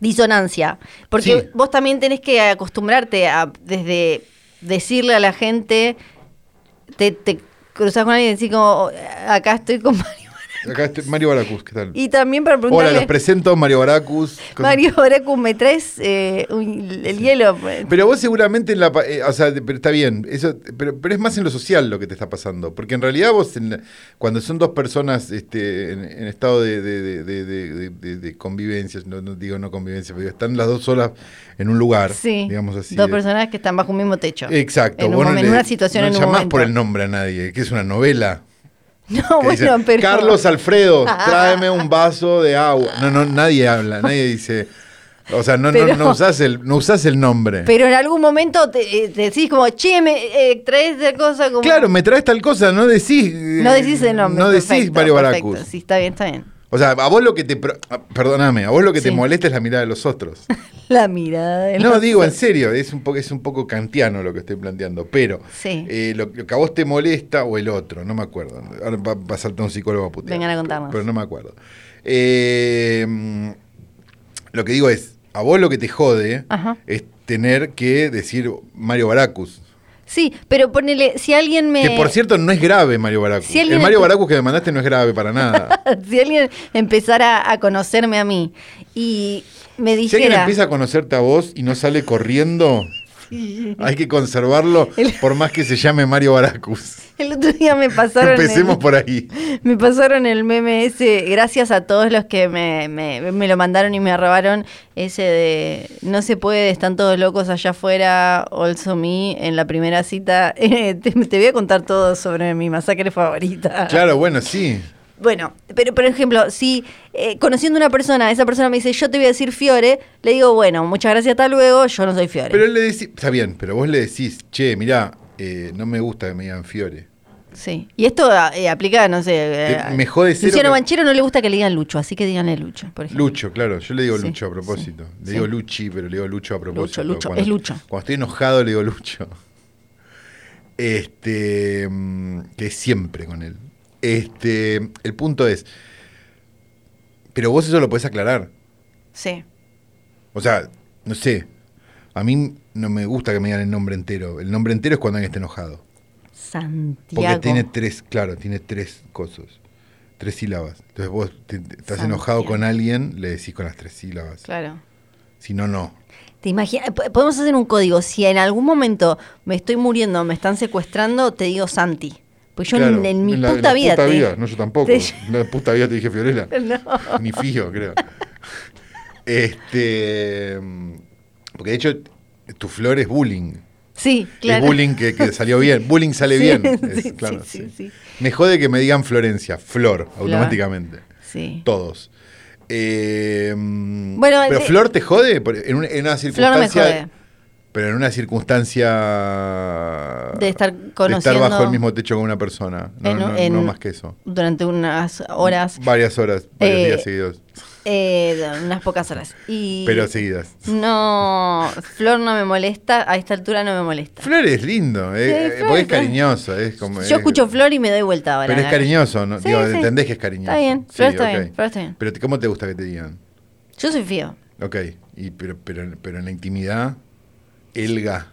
disonancia. Porque Sí. vos también tenés que acostumbrarte a desde decirle a la gente, te, te cruzás con alguien y decís como, "Oh, acá estoy con Mario. Acá estoy- Mario Baracus, ¿qué tal? Y también para Hola, preguntarle, los presento Mario Baracus. con- Mario Baracus, ¿me traes eh, un- el hielo? Pero vos seguramente en la... pa- eh, o sea, de- pero está bien, eso, pero, pero es más en lo social lo que te está pasando. Porque en realidad vos, en la- cuando son dos personas este, en, en estado de, de- de- de- de- de- de- de convivencia, no, no digo no convivencia, pero digo, están las dos solas en un lugar, eh, Sí, digamos así. dos de- personas que están bajo un mismo techo. Exacto. En, un vos no momen- en le- una situación no en un llamás momento. por el nombre a nadie, que es una novela. No, que dice, bueno, pero... Carlos Alfredo, tráeme un vaso de agua. No, no, nadie habla, nadie dice. O sea, no, Pero- no, no usás el, no usás el nombre. Pero en algún momento te, eh, te decís como, che, me eh, traes esa cosa como. Claro, me traes tal cosa, no decís. eh, No decís el nombre. No decís perfecto, Mario perfecto. Baracus. Sí, está bien, está bien. O sea, a vos lo que te. pro- ah, Perdóname, a vos lo que te Sí. molesta es la mirada de los otros. La mirada de No, los- digo, en serio, es un, poco, es un poco kantiano lo que estoy planteando, pero Sí. eh, lo, lo que a vos te molesta o el otro, no me acuerdo. Ahora va, va a saltar un psicólogo a putear. Vengan a contarnos. Pero no me acuerdo. Eh, mm, lo que digo es, a vos lo que te jode Ajá. es tener que decir Mario Baracus. Sí, pero ponele, si alguien me. Que por cierto no es grave Mario Baracus. si alguien el Mario en tu- Baracus que me mandaste no es grave para nada. si alguien empezara a conocerme a mí y me si alguien dijera. empieza a conocerte a vos y no sale corriendo, hay que conservarlo El- por más que se llame Mario Baracus. El otro día me pasaron. Empecemos el- por ahí. Me pasaron el meme ese, gracias a todos los que me, me- me lo mandaron y me robaron, ese de no se puede, están todos locos allá afuera, also me, en la primera cita. Eh, te, te voy a contar todo sobre mi masacre favorita. Claro, bueno, sí. Bueno, pero por ejemplo, si eh, conociendo una persona, esa persona me dice yo te voy a decir Fiore, le digo, bueno, muchas gracias, hasta luego, yo no soy Fiore. Pero él le decís, está bien, pero vos le decís, che, mirá, eh, no me gusta que me digan Fiore. Sí. Y esto eh, aplica, no sé. eh, me jode cero Luciano que- Banchero no le gusta que le digan Lucho, así que díganle Lucho, por ejemplo. Lucho, claro, yo le digo Sí, Lucho a propósito. sí, le sí. digo Luchi, pero le digo Lucho a propósito. Lucho, cuando- es Lucho. Cuando estoy enojado le digo Lucho. Este, mm, que es siempre con él. Este, el punto es, pero vos eso lo podés aclarar. Sí. O sea, no sé, a mí no me gusta que me digan el nombre entero. El nombre entero es cuando alguien está enojado. Porque Santiago. tiene tres, claro, tiene tres cosas, tres sílabas. Entonces vos te- te- estás Santiago. enojado con alguien, le decís con las tres sílabas. Claro. Si no, no. Te imaginas, podemos hacer un código. Si en algún momento me estoy muriendo, me están secuestrando, te digo Santi. Pues yo Claro, en, en mi la- puta vida. puta te- vida, no yo tampoco. te- En la puta vida te dije Fiorella. No. Ni fijo, creo. Este. mm, Porque de hecho, tu flor es bullying. Sí, claro. Es bullying que, que salió bien. Bullying sale Sí, bien. sí, Es, sí, claro, sí, sí. sí. Me jode que me digan Florencia, flor, automáticamente. Sí. Todos. Eh, Bueno, pero de- Flor te jode por- en, un- en una Flor no me circunstancia. jode. Pero en una circunstancia. De estar De estar bajo conociendo- el mismo techo con una persona. No, En- no- en- no más que eso. Durante unas horas, Varias horas, varios Eh, días seguidos. eh, de- unas pocas horas. Y Pero seguidas. No, Flor no me molesta, a esta altura no me molesta. Flor es lindo, eh, Sí, eh, Flor porque es- es cariñoso. Es como, es- Yo escucho Flor y me doy vuelta ahora. Pero es cariñoso, ¿no? Sí, Digo, sí. entendés que es cariñoso. Está bien, Sí, Flor está ok. bien, Flor está bien. Pero te- ¿cómo te gusta que te digan? Yo soy fío. Ok, y, pero, pero, pero en la intimidad, Elga.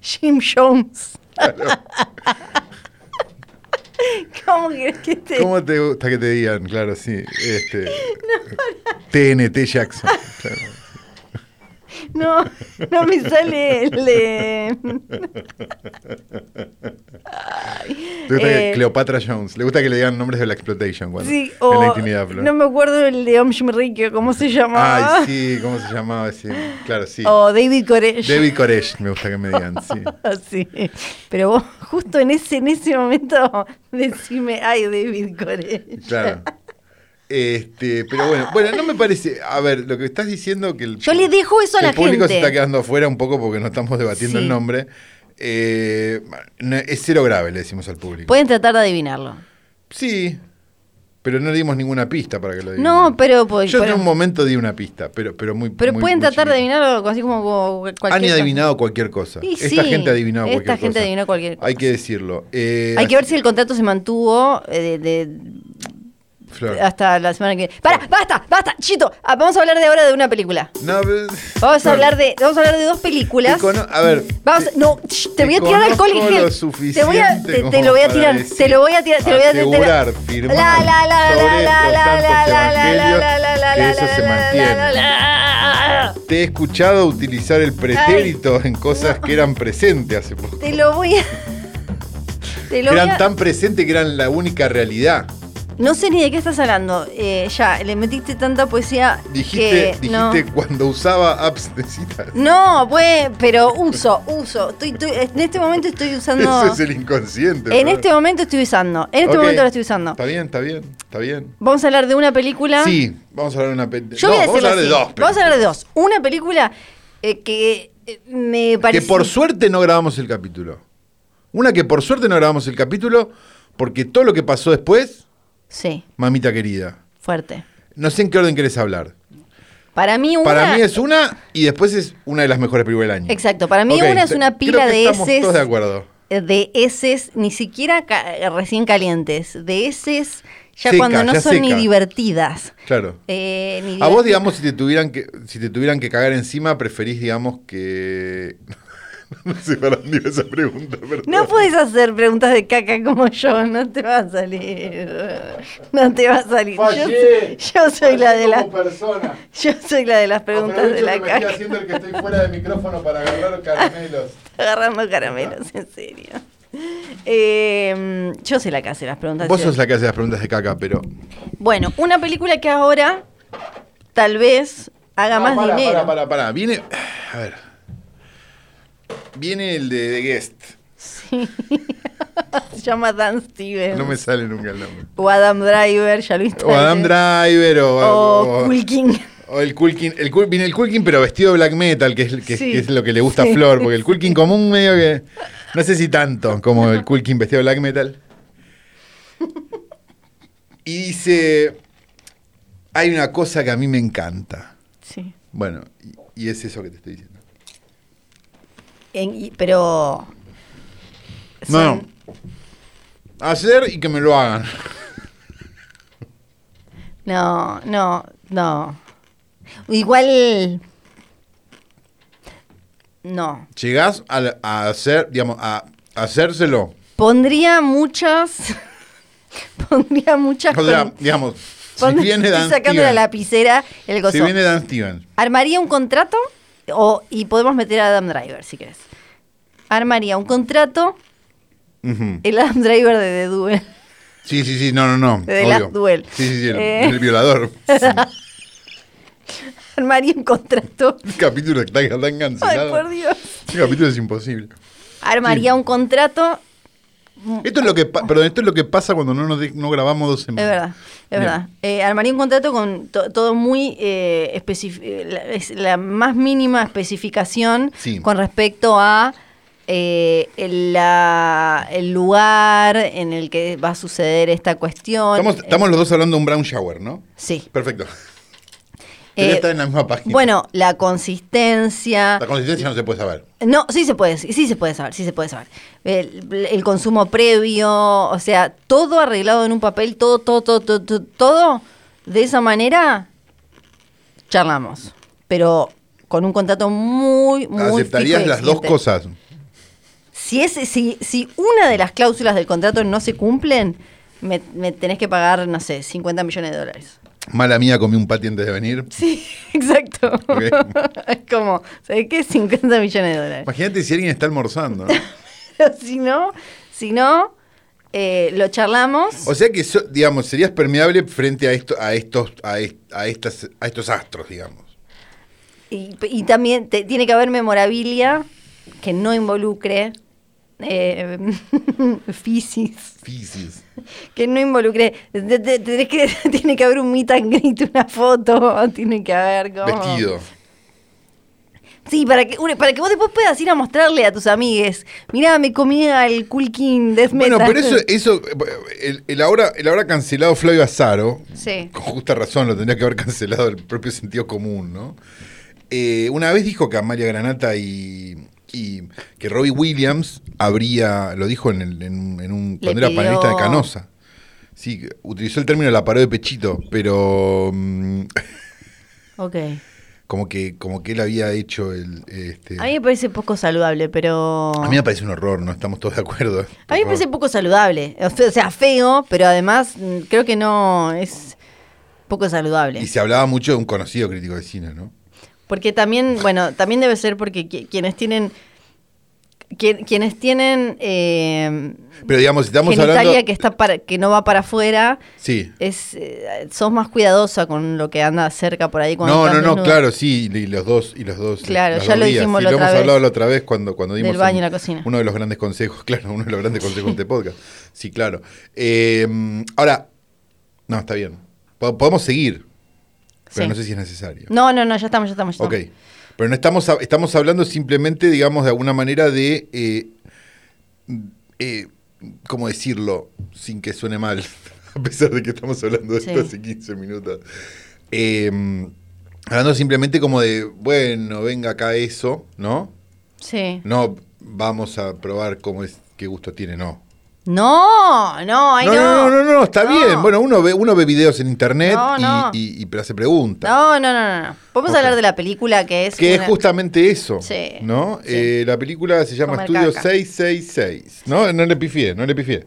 Jim Jones. ¿Cómo querés que te.? ¿Cómo te gusta que te digan? Claro, sí. Este, TNT Jackson. claro. No, no me sale el. eh, ¿Te gusta que Eh, Cleopatra Jones? ¿Le gusta que le digan nombres de la exploitation cuando, sí, en la o. intimidad, Flor? No me acuerdo el de Om Rico, ¿cómo se llamaba? Ay, sí, ¿cómo se llamaba ese? Claro, sí. O David Koresh. David Koresh, me gusta que me digan, sí. Sí. Pero vos, justo en ese, en ese momento, decime, ay, David Koresh. Claro. Este, pero bueno, bueno, no me parece. A ver, lo que estás diciendo que el, Yo le dejo eso a el la público se gente. está quedando afuera un poco porque no estamos debatiendo Sí. el nombre. Eh, no, es cero grave, le decimos al público. Pueden tratar de adivinarlo. Sí, pero no le dimos ninguna pista para que lo digan. No, pero. pues, Yo pero- en un momento di una pista, pero, pero muy. Pero muy- pueden muy tratar de chiquita. adivinarlo así como como cualquier Han cosa. adivinado cualquier cosa. Y Esta sí, gente ha adivinado esta cualquier cosa. gente adivinó cualquier cosa. Hay que decirlo. Eh, Hay que ver si así- el contrato se mantuvo eh, de- de- Flor. hasta la semana que viene. ¡Para! ¡Basta! ¡Basta! ¡Chito! Ah, vamos a hablar de ahora de una película. No, pero- Vamos a Flor, hablar de, vamos a hablar de dos películas. te cono- a ver, Vamos, no, shh, te voy a tirar alcohol en conozco gel. lo Te, voy a, suficiente te, te como lo voy a para tirar, decir, te lo voy a tirar, te lo voy a tirar. asegurar, la firmar la la la sobre la estos la la santos la la evangelios la la la que eso la, se la, mantiene. la, la, la. Te he escuchado utilizar el pretérito en cosas que eran presentes hace poco. Te lo voy a Te lo voy Eran a tan presentes que eran la única realidad. No sé ni de qué estás hablando. Eh, ya, le metiste tanta poesía. Dijiste, que no. dijiste cuando usaba apps de citas. No, pues, pero uso, uso. Estoy- estoy- en este momento estoy usando. Eso es el inconsciente. en bro. este momento estoy usando. En este Ok. momento lo estoy usando. Está bien, está bien, está bien. Vamos a hablar de una película. Sí, vamos a hablar de una película. Yo voy a vamos decirlo a hablar de así. Vamos a dos. películas. hablar de dos. Una película eh, que eh, me parece. Que por suerte no grabamos el capítulo. Una que por suerte no grabamos el capítulo porque todo lo que pasó después, Sí, mamita querida. fuerte. No sé en qué orden querés hablar. Para mí una. Para mí es una y después es una de las mejores películas del año. Exacto, para mí Ok, una es te- una pila creo que de estamos heces. todos de acuerdo. eh, de heces, ni siquiera ca- recién calientes, de heces ya Seca, cuando no ya son ni seca. divertidas. Claro. Eh, ni A divertidas. vos, digamos, si te tuvieran que, si te tuvieran que cagar encima, preferís, digamos, que. no sé para dónde iba esa pregunta, perdón. No puedes hacer preguntas de caca como yo, no te va a salir. No te va a salir. Fallé. Yo, yo soy la de las persona. yo soy la de las preguntas de la caca. el que estoy fuera de micrófono para agarrar caramelos. Agarrando caramelos, en serio. Eh, yo soy la que hace las preguntas. Vos yo- sos la que hace las preguntas de caca, pero. Bueno, una película que ahora tal vez haga Ah, más para, dinero. Para, para, para. Viene. A ver. Viene el de The Guest. Se llama Dan Stevens. No me sale nunca el nombre. O Adam Driver, ya lo O Adam Driver o. O Culkin. o el Culkin, el Cul- viene el Culkin pero vestido de black metal, que es, que, es- Sí. que es lo que le gusta a Flor, porque el Culkin común medio que, no sé si tanto como el Culkin vestido de black metal. Y dice, hay una cosa que a mí me encanta. Sí. Bueno, y, y es eso que te estoy diciendo. En- y- pero. No, son- hacer y que me lo hagan. No, no, no. Igual. No. Llegás a, la- a hacer, digamos, a hacérselo. Pondría muchas. Pondría muchas. O sea, con- digamos, si pondría- viene Dan estoy sacando la Stevens, lapicera el gozo. si viene Dan Stevens, Armaría un contrato o, y podemos meter a Adam Driver si querés. Armaría un contrato, ujú. el Adam Driver de The Duel. Sí, sí, sí, no, no, no. De obvio. Last Duel. Sí, sí, sí, el, Eh. el violador. Armaría un contrato. El capítulo que está tan Ay, cancelado. por Dios. Este capítulo es imposible. Armaría un contrato. Esto es lo que, pa- perdón, esto es lo que pasa cuando no, nos de- no grabamos dos Es semanas. verdad, es Mm. Bien. verdad. Eh, armaría un contrato con to- todo muy eh, especif- eh, la, es la más mínima especificación Sí. con respecto a eh, el, la- el lugar en el que va a suceder esta cuestión. Eh, Estamos, estamos los dos hablando de un brown shower, ¿no? Sí. Perfecto. Debería estar en la misma página. Eh, Bueno, la consistencia. La consistencia no se puede saber. No, sí se puede, sí se puede saber, sí se puede saber. El, el consumo previo, o sea, todo arreglado en un papel, todo, todo, todo, todo, todo, todo, de esa manera charlamos. Pero con un contrato muy, muy. fijo y ¿Aceptarías las dos exigente. cosas? Si, es, si, si una de las cláusulas del contrato no se cumplen, me, me tenés que pagar, no sé, 50 millones de dólares. Mala mía, comí un pati antes de venir. Sí, exacto. Ok. es como, ¿sabes qué? 50 millones de dólares. Imagínate si alguien está almorzando. Pero si no, si no, eh, lo charlamos. O sea que, so- digamos, serías permeable frente a, esto, a, estos, a, est- a, estas, a estos astros, digamos. Y, y también te- tiene que haber memorabilia que no involucre eh, fisis, Piscis. que no involucre. te- te- tenés que, tiene que haber un meet and greet, una foto, tiene que haber como. Vestido. Sí, para que, una- para que vos después puedas ir a mostrarle a tus amigues. Mirá, me comí al Kulkin Death Bueno, Metal". pero eso, eso el, el ahora, el ahora cancelado Flavio Azaro, Sí. con justa razón, lo tendría que haber cancelado el propio sentido común, ¿no? Eh, una vez dijo que Amalia Granata y, y que Robbie Williams habría, lo dijo en, el- en- en un, Le cuando era pidió- panelista de Canosa. Sí, que utilizó el término la paró de pechito, pero mm, Ok. como que como que él había hecho el este, A mí me parece poco saludable, pero. a mí me parece un horror, no estamos todos de acuerdo. A mí me Por favor. parece poco saludable. O fe- o sea, feo, pero además mm, creo que no es poco Y saludable. se hablaba mucho de un conocido crítico de cine, ¿no? Porque también, bueno, también debe ser porque qui- quienes tienen Quien- quienes tienen eh, Pero digamos, si estamos genitalia hablando. que está para, que no va para afuera, Sí. es eh, sos más cuidadosa con lo que anda cerca por ahí cuando No, estás no, no, desnudo. claro, sí, y los dos, y los dos. Claro, los ya dos lo días. dijimos Y la lo otra hemos vez. hablado la otra vez cuando, cuando dimos Del baño un- y la cocina. uno de los grandes consejos, claro, uno de los grandes consejos de este podcast. Sí, claro. Eh, ahora, no, está bien. Po- podemos seguir, pero Sí. no sé si es necesario. No, no, no, ya estamos, ya estamos. ya Ok. estamos. Pero no estamos, hab- estamos hablando simplemente, digamos, de alguna manera de. eh, eh, ¿Cómo decirlo? Sin que suene mal, a pesar de que estamos hablando de Sí. esto hace 15 minutos. Eh, hablando simplemente como de, bueno, venga acá eso, ¿no? Sí. No vamos a probar cómo es, qué gusto tiene, no. No, no, ay, no, no, no, no, no, está No. bien. Bueno, uno ve, uno ve videos en internet No, y, no. y- y- pero hace preguntas. No, no, no, no, no. Podemos Ok. hablar de la película que es. Que es una- justamente eso, Sí, ¿no? sí. Eh, la película se llama Comer Estudio caca. 666, ¿no? No le pifié, no le pifié.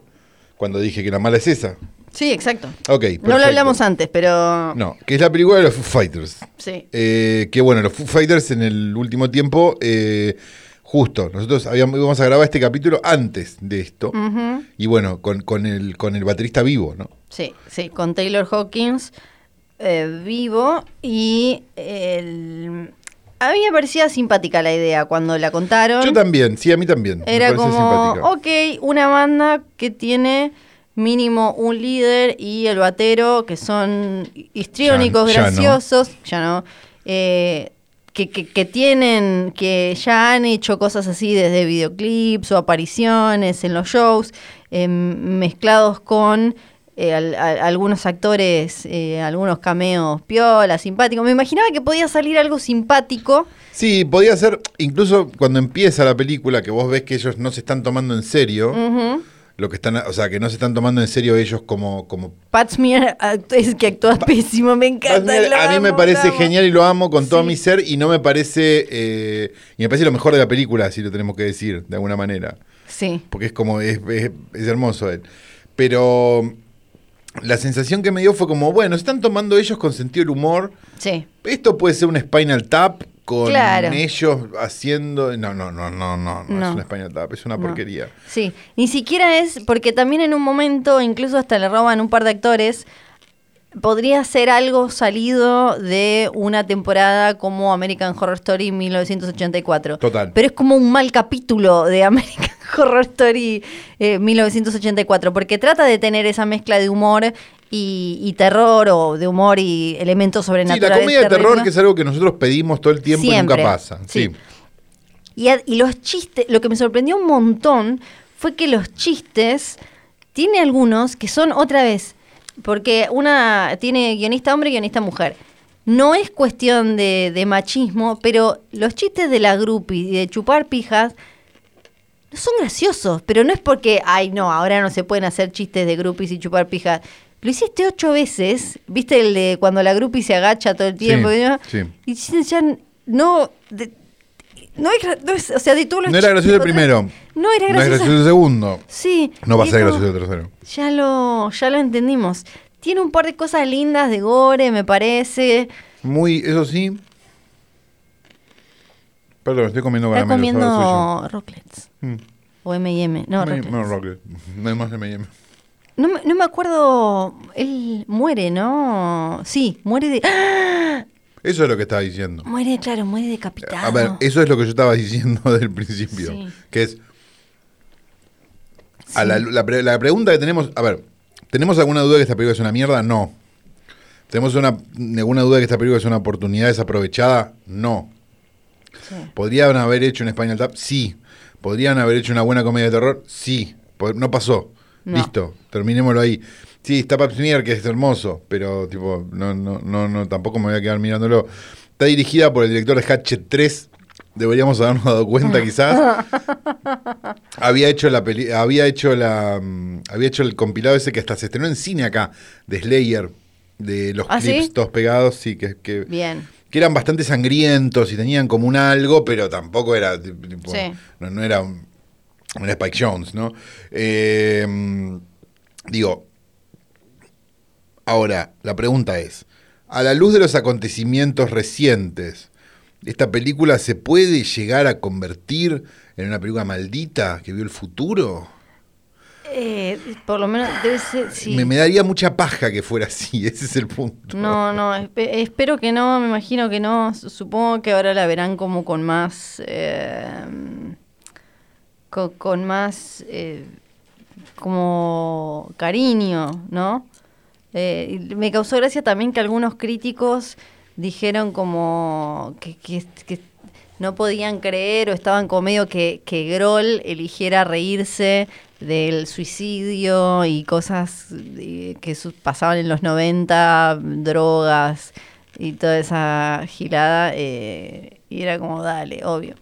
Cuando dije que la mala es esa. Sí, exacto. Ok, No lo perfecto. hablamos antes, pero. No, que es la película de los Foo Fighters. Sí. Eh, que bueno, los Foo Fighters en el último tiempo, eh, justo, nosotros habíamos, íbamos a grabar este capítulo antes de esto. Ujú. Y bueno, con, con el, con el baterista vivo, ¿no? Sí, sí, con Taylor Hawkins eh, vivo y el- a mí me parecía simpática la idea cuando la contaron. Yo también, sí, a mí también. me Era pareció como, simpática. ok, una banda que tiene mínimo un líder y el batero, que son histriónicos, Ya- ya no. graciosos, ya no, eh, que, que- que tienen, que ya han hecho cosas así desde videoclips o apariciones en los shows, em, mezclados con... eh, al- a- algunos actores, eh, algunos cameos piola, simpáticos. Me imaginaba que podía salir algo simpático. Sí, podía ser, incluso cuando empieza la película, que vos ves que ellos no se están tomando en Mm. serio, Ujú. lo que están, o sea, que no se están tomando en serio ellos como... como Pat Smear act- es que actúa pésimo, me encanta. lo a mí me amo, parece lo amo. genial y lo amo con todo Sí. mi ser y no me parece... eh, y me parece lo mejor de la película, si lo tenemos que decir, de alguna manera. Sí, Porque es como, es, es- es hermoso él. Pero la sensación que me dio fue como, bueno, se están tomando ellos con sentido del humor. sí. Esto puede ser un Spinal Tap con Claro. ellos haciendo. No, no, no, no, no, no, No. es un Spinal Tap, es una No. porquería. Sí, ni siquiera es, porque también en un momento, incluso hasta le roban un par de actores, podría ser algo salido de una temporada como American Horror Story 1984. Total. Pero es como un mal capítulo de American Horror Story eh, 1984, porque trata de tener esa mezcla de humor y, y terror, o de humor y elementos Sí, sobrenaturales. la comedia de terror, terribles. que es algo que nosotros pedimos todo el tiempo y Siempre. nunca pasa. Sí. Sí. Y, a- y los chistes, lo que me sorprendió un montón fue que los chistes tiene algunos que son otra vez, porque una tiene guionista hombre y guionista mujer. No es cuestión de, de machismo, pero los chistes de la grupi y de chupar pijas no son graciosos, pero no es porque, ay, no, ahora no se pueden hacer chistes de grupis y chupar pijas. Lo hiciste ocho veces, viste el de cuando la grupi se agacha todo el tiempo. y demás? sí. Y dicen, ya n- no. de- no, es, gra- no es- O sea, de todos los No era chistes gracioso el otra- primero. No era gracioso. No es gracioso el segundo. Sí. No va a y ser es gracioso como, el tercero. Ya lo, ya lo entendimos. Tiene un par de cosas lindas de gore, me parece. Muy, eso sí. Perdón, estoy comiendo Está caramelos. ahora comiendo rocklets. soy yo. Mm. O MM. No, Me- rocklets. no, Rocket. No hay más M&M. No, me- no me acuerdo. Él muere, ¿no? Sí, muere de. ¡Ah! Eso es lo que estaba diciendo. Muere, claro, muere decapitado. A ver, eso es lo que yo estaba diciendo desde el principio. Sí. Que es. a la, la pre- la pregunta que tenemos. A ver, ¿tenemos alguna duda de que esta película es una mierda? No. ¿Tenemos una, alguna duda de que esta película es una oportunidad desaprovechada? No. Sí. ¿Podrían haber hecho un Spinal Tap? Sí. ¿Podrían haber hecho una buena comedia de terror? Sí. Po- No pasó. No. Listo. Terminémoslo ahí. Sí, está Pap Smear, que es hermoso, pero tipo, no, no, no, no, tampoco me voy a quedar mirándolo. Está dirigida por el director de Hatchet 3. Deberíamos habernos dado cuenta, quizás. había hecho la peli- había hecho la mm, había hecho el compilado ese que hasta se estrenó en cine acá, de Slayer, de los ¿Ah, sí? clips todos pegados, sí, que, que Bien. que eran bastante sangrientos y tenían como un algo, pero tampoco era tipo, Sí. no, no era un, un Spike Jones, ¿no? Eh, mm, digo, ahora la pregunta es, a la luz de los acontecimientos recientes, esta película se puede llegar a convertir en una película maldita que vio el futuro. Eh, por lo menos debe ser. sí. Me, me daría mucha paja que fuera así, ese es el punto. No, no, espe- espero que no, me imagino que no. Su- Supongo que ahora la verán como con más. eh, co- con, más. eh, como cariño, ¿no? Eh, y me causó gracia también que algunos críticos dijeron como que, que- que no podían creer o estaban como medio que, que Groll eligiera reírse del suicidio y cosas eh, que su- pasaban en los 90, drogas y toda esa gilada. eh, y era como, dale, obvio.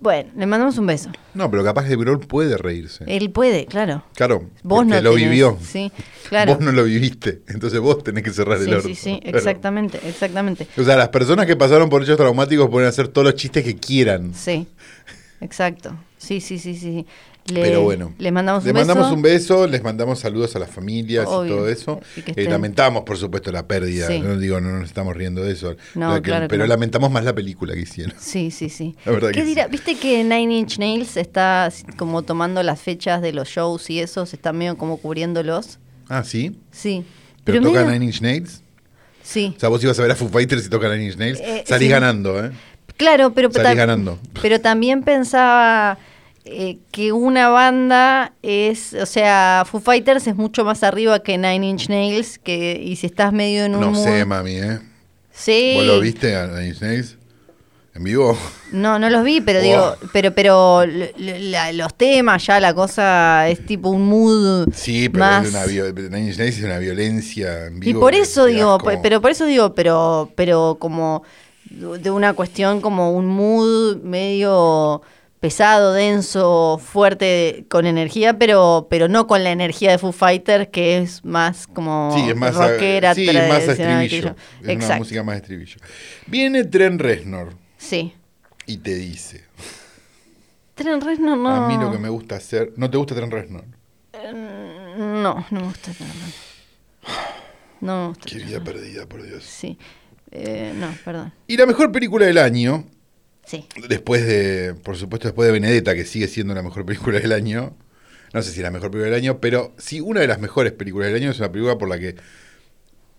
Bueno, le mandamos un beso. No, pero capaz que Grohl puede reírse. Él puede, claro. Claro, Eh, Vos porque no lo tenés- vivió. Sí, claro. Vos no lo viviste, entonces vos tenés que cerrar sí, el orto. sí, sí, Claro. exactamente, exactamente. O sea, las personas que pasaron por hechos traumáticos pueden hacer todos los chistes que quieran. Sí, exacto. Sí, sí, sí, sí. Le, Pero bueno. Le mandamos un Le beso. mandamos un beso, les mandamos saludos a las familias Obvio. y todo eso. Y que Eh, estén- lamentamos, por supuesto, la pérdida. Sí. No digo, no nos estamos riendo de eso. No, Lo que- claro que pero no. lamentamos más la película que hicieron. Sí, sí, sí. La verdad ¿Qué que dirá? sí. Viste que Nine Inch Nails está así como tomando las fechas de los shows y eso, se está medio como cubriéndolos. Ah, sí. Sí. Pero, tocan medio- Nine Inch Nails. Sí. O sea, vos ibas a ver a Foo Fighters y tocan Nine Inch Nails. Eh, Salís sí. ganando, ¿eh? Claro, pero, Salís tam- ganando. pero también pensaba eh, que una banda es, o sea, Foo Fighters es mucho más arriba que Nine Inch Nails, que y si estás medio en un No mood- sé, mami, ¿eh? sí. ¿Vos lo viste a Nine Inch Nails? ¿En vivo? No, no los vi, pero Oh. digo, pero pero l- l- la- los temas ya la cosa es tipo un mood Sí, pero más es una vio- Nine Inch Nails es una violencia en Y vivo. por que eso te das digo, como- pero por eso digo, pero pero como de una cuestión como un mood medio pesado, denso, fuerte, con energía, pero pero no con la energía de Foo Fighters que es más como Sí, es más, a- rockera, sí, es más a tradicional, qué sé estribillo. yo. Es una Exacto. música más estribillo. Viene Tren Reznor Sí. y te dice, Tren Reznor no. a mí lo que me gusta hacer... ¿No te gusta Tren Reznor? mm, No, no me gusta Tren Reznor. No me gusta Qué Tren vida perdida, por Dios. Sí. Eh, no, perdón. Y la mejor película del año, Sí. después de, por supuesto, después de Benedetta, que sigue siendo la mejor película del año. No sé si la mejor película del año, pero sí una de las mejores películas del año es una película por la que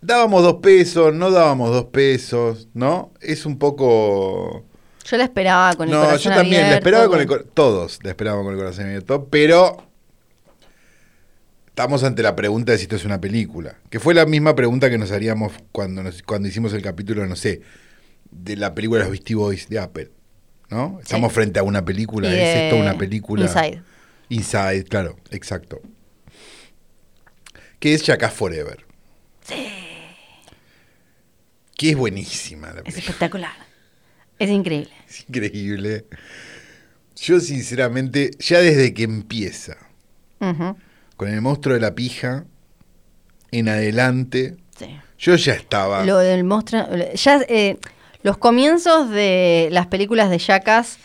dábamos dos pesos, no dábamos dos pesos, ¿no? Es un poco... Yo la esperaba con el no, corazón yo también la abierto, esperaba con el cor- todos la esperábamos con el corazón abierto, pero estamos ante la pregunta de si esto es una película, que fue la misma pregunta que nos haríamos cuando nos- cuando hicimos el capítulo, no sé, de la película Los Beastie Boys de Apple, ¿no? Estamos frente a una película, Y, ¿es esto eh, una película? Inside. Inside, claro, exacto. Que es Shaka Forever. Sí. Que es buenísima la Es película. espectacular. Es increíble. Es increíble. Yo sinceramente, ya desde que empieza, Ujú, con el monstruo de la pija, en adelante, sí. yo ya estaba... Lo del monstruo. Ya, eh, los comienzos de las películas de Jackass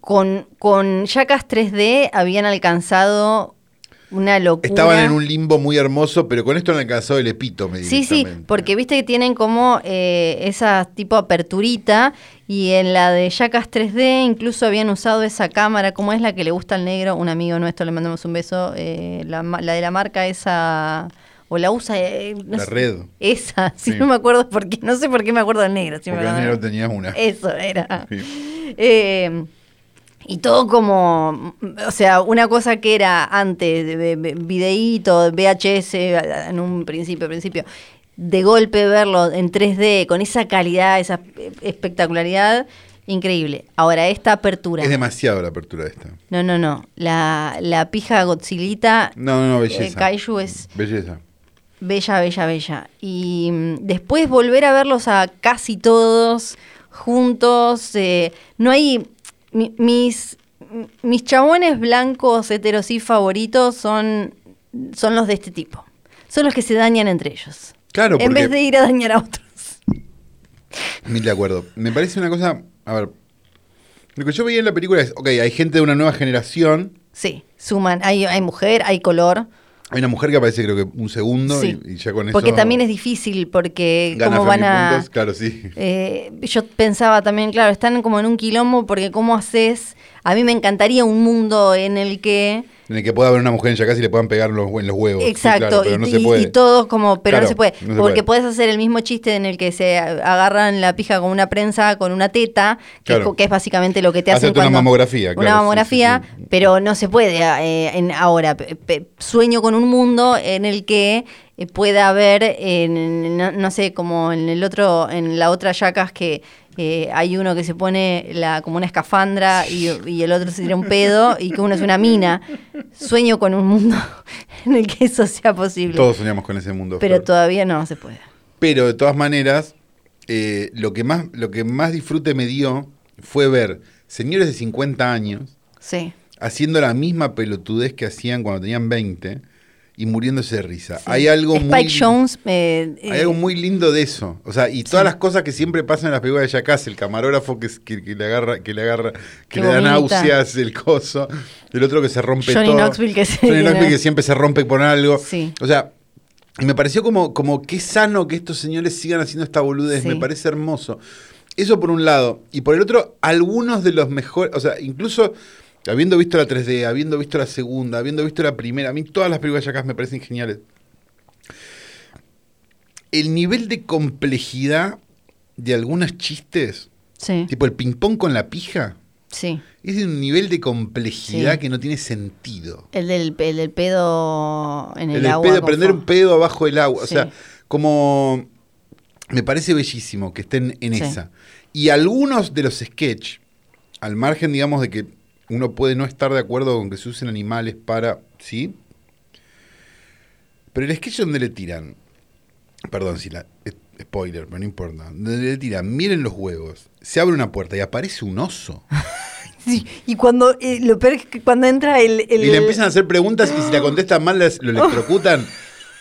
con, con Jackass 3D habían alcanzado una locura. Estaban en un limbo muy hermoso, pero con esto han alcanzado el epítome. Sí, sí, directamente. porque viste que tienen como eh, esa tipo aperturita y en la de Jackass 3D incluso habían usado esa cámara, como es la que le gusta al negro, un amigo nuestro, le mandamos un beso, eh, la, ma- la de la marca esa, o la usa... eh, no La sé. red. Esa, si Sí. no me acuerdo por qué, no sé por qué me acuerdo del negro. si me Porque al acuerdo. negro tenías una. Eso era. Sí. Eh, y todo como, o sea, una cosa que era antes, de- de- de videíto, VHS, en un principio, principio, de golpe verlo en 3D, con esa calidad, esa espectacularidad, increíble. Ahora, esta apertura. Es demasiado la apertura de esta. No, no, no. La, la pija Godzillita No, no, de belleza. Eh, Kaiju es Belleza. Bella, bella, bella. Y mm, después volver a verlos a casi todos juntos. eh, no hay. mi- mis, m- mis chabones blancos heterosí favoritos son, son los de este tipo. Son los que se dañan entre ellos. Claro, En porque- vez de ir a dañar a otros. Mil de acuerdo. Me parece una cosa... A ver. Lo que yo veía en la película es, ok, hay gente de una nueva generación Sí, suman. Hay, hay mujer, hay color. Hay una mujer que aparece creo que un segundo Sí. y, y ya con eso... Porque también es difícil, porque gana cómo van Fermi a... puntos, Claro, sí. Eh, yo pensaba también, claro, están como en un quilombo porque cómo haces... A mí me encantaría un mundo en el que... En el que pueda haber una mujer en Yacas y le puedan pegar los, en los huevos. Sí, Exacto, claro, pero y- no y, se puede. y todos como, pero Claro, no se puede, no se porque puede. puedes hacer el mismo chiste en el que se agarran la pija con una prensa, con una teta, que, Claro. es, co- que es básicamente lo que te hacen Hacerte una cuando- mamografía, claro, Una sí, mamografía, sí, sí. pero no se puede eh, en ahora. Pe- pe- sueño con un mundo en el que eh, pueda haber, en- no, no sé, como en el otro, en la otra yacas que eh, hay uno que se pone la, como una escafandra y, y el otro se tira un pedo y que uno es una mina. Sueño con un mundo en el que eso sea posible. Todos soñamos con ese mundo. pero Flor. todavía no se puede. Pero de todas maneras, eh, lo, que más, lo que más disfrute me dio fue ver señores de 50 años Sí. haciendo la misma pelotudez que hacían cuando tenían 20 y muriéndose de risa. Hay algo Spike muy... Jones. eh, eh, Hay algo muy lindo de eso. O sea, y todas las cosas que siempre pasan en las películas de Jackass, el camarógrafo que, es- que- que le agarra, que le agarra, que, Que le da vomita. náuseas, el coso, el otro que se rompe Johnny todo. Knoxville que se- Johnny Knoxville que siempre se rompe por algo. Sí. O sea, y me pareció como, como qué sano que estos señores sigan haciendo esta boludez. Sí. Me parece hermoso. Eso por un lado. Y por el otro, algunos de los mejores. O sea, incluso habiendo visto la 3D, habiendo visto la segunda, habiendo visto la primera, a mí todas las películas de Jackass me parecen geniales. El nivel de complejidad de algunos chistes, sí, tipo el ping-pong con la pija, sí. es de un nivel de complejidad Sí. que no tiene sentido. El del, el del pedo en el, El, del agua. pedo, con prender fuego. un pedo abajo del agua. O Sí. sea, como. Me parece bellísimo que estén en Sí. esa. Y algunos de los sketch, al margen, digamos, de que uno puede no estar de acuerdo con que se usen animales para. ¿Sí? Pero el sketch donde le tiran. Perdón si la. eh, Spoiler, pero no importa. Donde le tiran, miren los huevos. Se abre una puerta y aparece un oso. Sí, y cuando eh, lo peor es que cuando entra el, el- Y le empiezan a hacer preguntas y si la contestan mal las- lo electrocutan.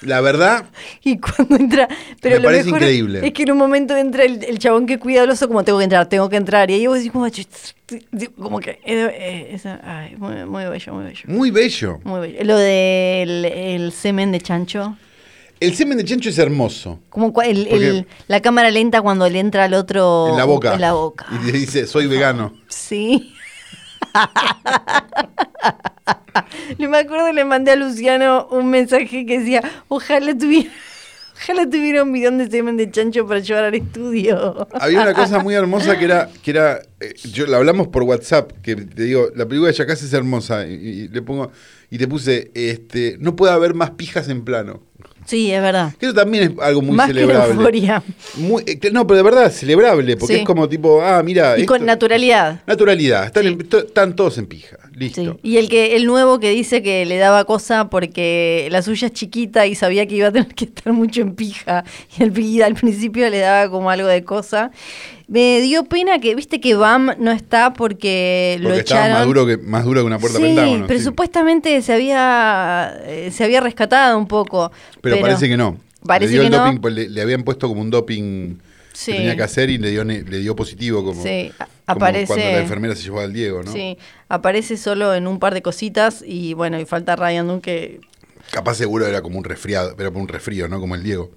La verdad, y cuando entra pero Me lo parece mejor es- increíble. es que en un momento entra el, el chabón que cuida al oso como tengo que entrar tengo que entrar y ahí vos decís como, "Ch- ch- ch- como que eh, eh, esa- ay, muy, muy bello muy bello muy bello. muy bello lo del el semen de chancho El semen de Chencho es hermoso. como cua- el- Porque- el- la cámara lenta cuando le entra al otro en la boca. Oh, en la boca Y le dice, soy vegano. Sí. Le me acuerdo le mandé a Luciano un mensaje que decía, ojalá tuviera, ojalá tuviera un bidón de semen de chancho para llevar al estudio. Había una cosa muy hermosa que era, que era eh, yo la hablamos por WhatsApp, que te digo, la película de Yacas es hermosa. Y, y le pongo, y te puse, este, no puede haber más pijas en plano. Sí, es verdad. Que eso también es algo muy Más que la celebrable. euforia. Muy- eh, no, pero de verdad, celebrable, porque Sí. es como tipo, ah, mira. Y con esto- naturalidad. Naturalidad, están, en- to- están todos en pija, Sí. listo. Y el que el nuevo que dice que le daba cosa porque la suya es chiquita y sabía que iba a tener que estar mucho en pija y al, pri- al principio le daba como algo de cosa. Me dio pena que viste que Bam no está porque, lo Porque estaba echaron. más duro que, más duro que una puerta sí, pentágono. pero sí. supuestamente se había eh, se había rescatado un poco. Pero, parece que no. Parece le dio que el no. doping, pues, le, le habían puesto como un doping Sí. que tenía que hacer y le dio, ne- le dio positivo como, Sí, a- como aparece- cuando la enfermera se llevó al Diego, ¿no? Sí, aparece solo en un par de cositas y bueno, y falta Ryan Dunn que Capaz seguro era como un resfriado, pero por un resfrío, ¿no? Como el Diego.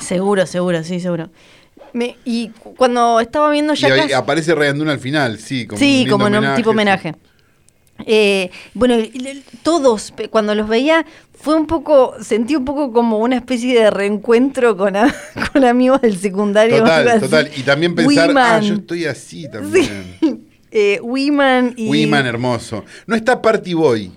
Seguro, seguro, sí, seguro. Me- y cu- cuando estaba viendo Y ahí Jackass... aparece Rayanduna al final, sí, como un sí, lindo como no- tipo sí. homenaje. Eh, bueno, el- el- todos, pe- cuando los veía, fue un poco, sentí un poco como una especie de reencuentro con, a- con amigos del secundario. algo Total, así. total. Y también pensar, ah, Wiman. yo estoy así también. Sí. Eh, Wiman y... Wiman, hermoso. No está Party Boy.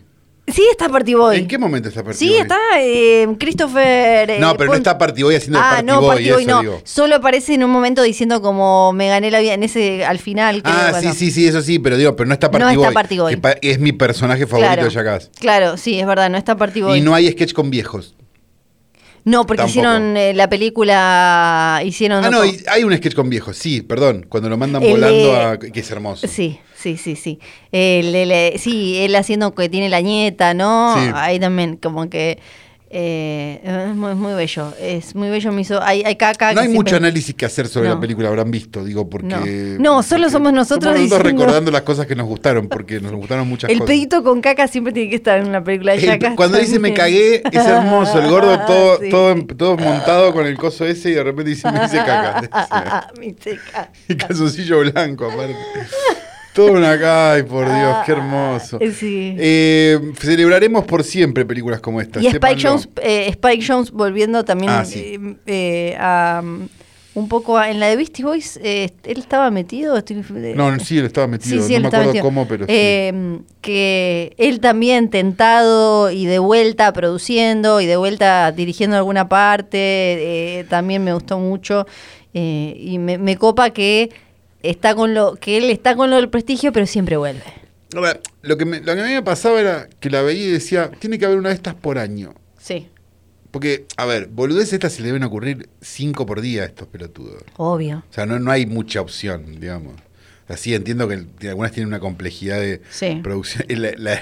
Sí, está Party Boy. ¿En qué momento está Party Sí, Boy? está eh, Christopher... eh, No, pero no Pon- está Party Boy haciendo el Ah, Party no, Boy, Party Boy eso no. digo. Solo aparece en un momento diciendo como me gané la vida en ese al final. creo, Ah, sí, cuando- sí, sí, eso sí, pero digo, pero no está Party No está Boy, Party Boy. que pa- es mi personaje favorito Claro, de Jackass. claro, sí, es verdad, no está Party Boy. Y no, no hay sketch con viejos. porque Tampoco. hicieron eh, la película, hicieron... Ah, no, otro- y hay un sketch con viejos, sí, perdón, cuando lo mandan El, volando eh, a... que es hermoso. Sí, sí, sí, sí. El- el- eh, sí, él haciendo que tiene la nieta, ¿no? Sí. Ahí también, como que... Eh, es, muy, es muy bello, es muy bello. Me hizo, hay, hay caca. No que hay mucho siempre- análisis que hacer sobre No. la película, habrán visto, digo, porque. No. No, solo porque somos nosotros somos diciendo- recordando las cosas que nos gustaron, porque nos gustaron muchas El cosas. pedito con caca siempre tiene que estar en una película de El- Yacas cuando dice me también. cagué, es hermoso. El gordo todo, Sí. todo, todo montado con el coso ese y de repente dice me hice caca. Me hice caca. Y calzoncillo blanco, aparte. Todo una caca, ay por Dios, qué hermoso. Eh, sí. Eh, celebraremos por siempre películas como esta. Y Spike sépanlo. Jones, eh, Spike Jones volviendo también Ah, sí. eh, eh, a, um, un poco a- en la de Beastie Boys, eh, él estaba metido. Estoy- eh, No, sí, él estaba metido. no él me estaba acuerdo metido. cómo, pero sí. Eh, que él también tentado y de vuelta produciendo y de vuelta dirigiendo alguna parte, eh, también me gustó mucho. eh, y me, me copa que está con lo, que él está con lo del prestigio, pero siempre vuelve. A ver, Lo que, me, lo que a mí me pasaba era que la veía y decía, tiene que haber una de estas por año. Sí. Porque, a ver, boludeces estas se le deben ocurrir cinco por día a estos pelotudos. Obvio. O sea, no, no hay mucha opción, digamos. Así entiendo que el- que algunas tienen una complejidad de Sí. producción. Y La, la-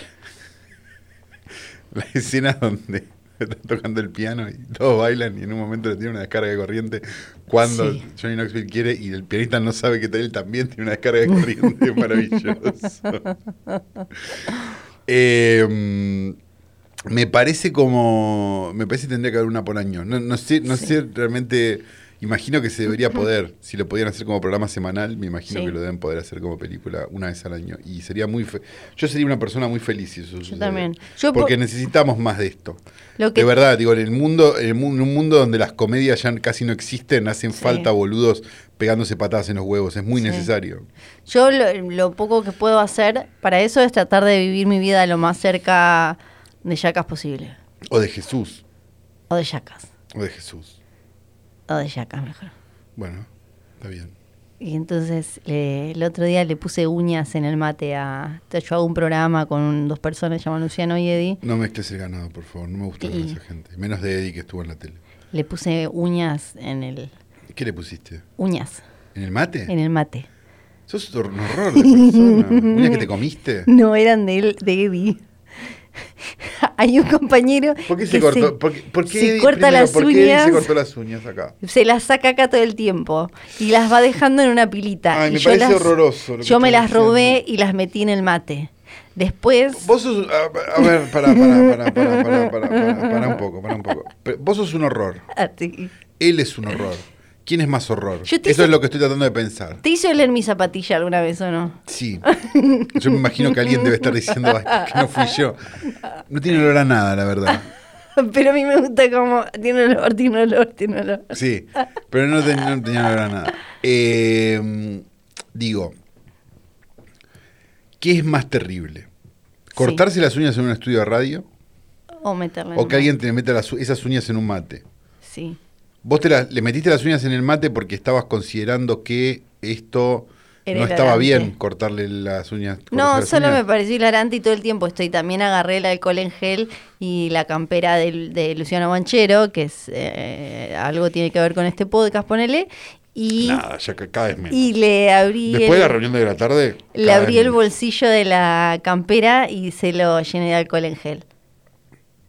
la escena donde están tocando el piano y todos bailan y en un momento le tiene una descarga de corriente cuando Sí. Johnny Knoxville quiere y el pianista no sabe que él también tiene una descarga de corriente. Maravilloso. Eh, me parece como. Me parece que tendría que haber una por año. No, no sé, no Sí. sé realmente. Imagino que se debería poder. Si lo podían hacer como programa semanal, me imagino Sí. que lo deben poder hacer como película una vez al año. Y sería muy. fe- Yo sería una persona muy feliz si eso sucediera. también. Yo porque po- necesitamos más de esto. Lo que- De verdad, digo, en el mundo, en el mu- en un mundo donde las comedias ya casi no existen, hacen Sí. falta boludos pegándose patadas en los huevos. Es muy Sí. necesario. Yo lo, lo poco que puedo hacer para eso es tratar de vivir mi vida lo más cerca de yacas posible. O de Jesús. O de yacas. O de Jesús. O de yacas mejor. Bueno, está bien. Y entonces le- el otro día le puse uñas en el mate a... te- Yo hago un programa con un- dos personas llamadas Luciano y Eddie. No mezcles el ganado, por favor. No me gusta Sí. esa gente. Menos de Eddie que estuvo en la tele. Le puse uñas en el... ¿Qué le pusiste? Uñas ¿En el mate? en el mate. Sos un horror de persona. ¿Una que te comiste? No eran de, él, de Eddie. Hay un compañero ¿Por qué se que cortó? ¿Por qué, por qué se Eddie- corta primero, las ¿por qué Eddie uñas. se cortó las uñas acá? se las saca acá todo el tiempo y las va dejando en una pilita. Ay, Y me yo parece las- horroroso lo que Yo me estás las robé y las metí en el mate. Después, Vos sos. A, a ver, pará, pará, pará, pará, pará, pará, pará, pará un poco, pará un poco. Pero vos sos un horror. Ah, sí. Él es un horror. ¿Quién es más horror? Yo Eso te hice- es lo que estoy tratando de pensar. ¿te hizo oler mi zapatilla alguna vez o no? Sí. Yo me imagino que alguien debe estar diciendo "Ay, ¿por qué no fui yo. No tiene olor a nada, la verdad. Pero a mí me gusta como tiene olor, tiene olor, tiene olor. Sí, pero no, ten- no tenía que ver a nada. Eh, digo, ¿qué es más terrible? ¿Cortarse las uñas en un estudio de radio? O meterla en ¿O el mate. que alguien te meta las u- esas uñas en un mate? Sí. Vos te las- le metiste las uñas en el mate porque estabas considerando que esto Era no estaba hilarante. bien cortarle las uñas. cortarse No, las solo uñas. me pareció hilarante y todo el tiempo estoy. También agarré el alcohol en gel y la campera del- de, Luciano Banchero, que es eh, algo tiene que ver con este podcast, ponele. Y Nada, ya que cada vez menos. Y le abrí, Después de la el, reunión de la tarde. le cada vez abrí el menos. bolsillo de la campera y se lo llené de alcohol en gel.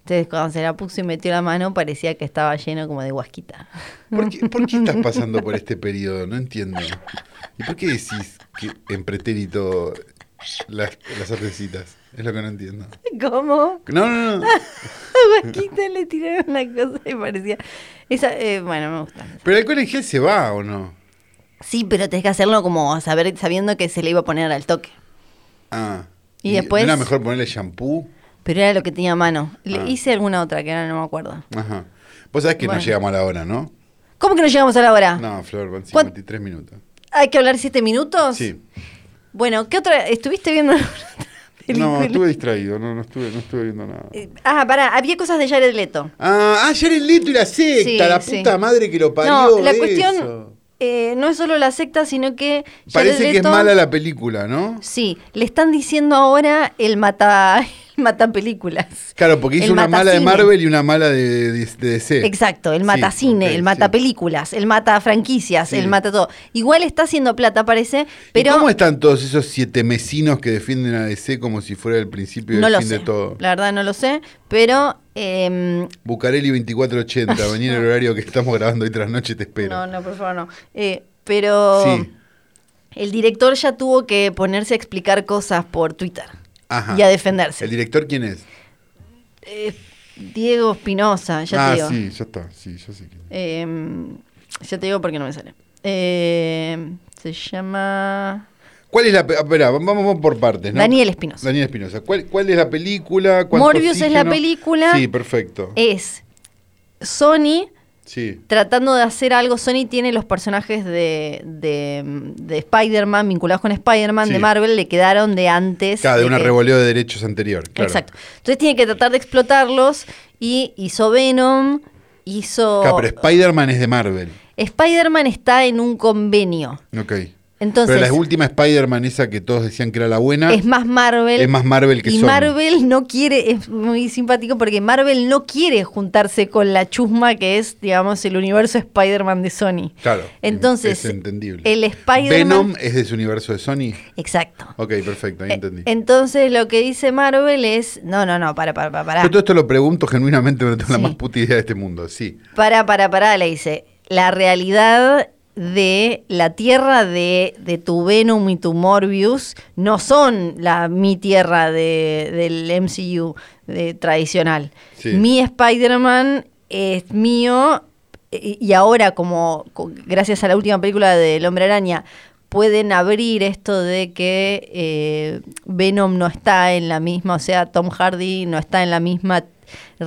Entonces cuando se la puso y metió la mano parecía que estaba lleno como de guasquita. ¿Por qué, por qué estás pasando por este periodo? No entiendo. ¿Y por qué decís que en pretérito las, las artesitas? Es lo que no entiendo. ¿Cómo? No, no, no. Guasquita le tiraron una cosa y parecía... Esa, eh, bueno, me gusta. Pero el alcohol en gel se va o no? Sí, pero tenés que hacerlo como saber, sabiendo que se le iba a poner al toque. Ah. Y ¿no después- era mejor ponerle shampoo? Pero era lo que tenía a mano. Le Ah. hice alguna otra que ahora no me acuerdo. Ajá. Vos sabés que Bueno. no llegamos a la hora, ¿no? ¿Cómo que no llegamos a la hora? No, Flor, van ¿Cuán- 53 minutos. ¿Hay que hablar siete minutos? Sí. Bueno, ¿qué otra? ¿Estuviste viendo alguna otra película? No, estuve distraído, no, no, estuve, no estuve viendo nada. Eh, Ah, pará, había cosas de Jared Leto. Ah, ayer el Leto y la secta, Sí, la sí. puta madre que lo parió. No, la eso. cuestión eh, no es solo la secta, sino que Jared Parece que es Leto- mala la película, ¿no? Sí, le están diciendo ahora el mata, el mata películas. Claro, porque hizo El una mala de matacine. Marvel y una mala de, de- de DC. Exacto, el Sí, mata cine, ok, el mata sí. películas, el mata franquicias, Sí. el mata todo. Igual está haciendo plata, parece, pero ¿Y ¿Cómo están todos esos siete mesinos que defienden a DC como si fuera el principio y no el lo fin sé. de todo? La verdad no lo sé, pero eh, Bucareli 2480, venir el horario que estamos grabando hoy tras noche, te espero. no, no, por favor no. Eh, pero Sí. el director ya tuvo que ponerse a explicar cosas por Twitter Ajá. y a defenderse. ¿El director quién es? Eh, Diego Espinosa, ya ah, te digo. sí, ya está. Sí, ya sé quién es. Eh, ya te digo porque no me sale. Eh, se llama ¿Cuál es la. pe- ah, Esperá, vamos, vamos por partes, ¿no? Daniel Espinosa. Daniel Espinosa. ¿Cuál, ¿Cuál es la película? ¿Cuánto Morbius es la oxígeno? película. Eh, Sí, perfecto. Es Sony sí. tratando de hacer algo. Sony tiene los personajes de, de, de Spider-Man, vinculados con Spider-Man, Sí. de Marvel, le quedaron de antes. Claro, de una que- revoleo de derechos anterior. Claro. Exacto. Entonces tiene que tratar de explotarlos y hizo Venom, hizo... Claro, Ah, pero Spider-Man es de Marvel. Spider-Man está en un convenio. Ok. Entonces- pero la última Spider-Man, esa que todos decían que era la buena. Es más Marvel. Es más Marvel que Y Sony. Marvel no quiere, es muy simpático porque Marvel no quiere juntarse con la chusma que es, digamos, el universo Spider-Man de Sony. Claro. Entonces, es entendible. el Spider-Man- Venom es de su universo de Sony. Exacto. Ok, perfecto, ahí Eh, entendí. Entonces lo que dice Marvel es, no, no, no, para, para, para, Yo para, todo esto lo pregunto genuinamente, pero no tengo Sí. la más puta idea de este mundo, sí. para, para, para, le dice, la realidad de la tierra de, de tu Venom y tu Morbius no son la mi tierra de- del MCU de- tradicional. Sí. Mi Spider-Man es mío y y ahora como co- gracias a la última película del Hombre Araña pueden abrir esto de que eh, Venom no está en la misma, o sea, Tom Hardy no está en la misma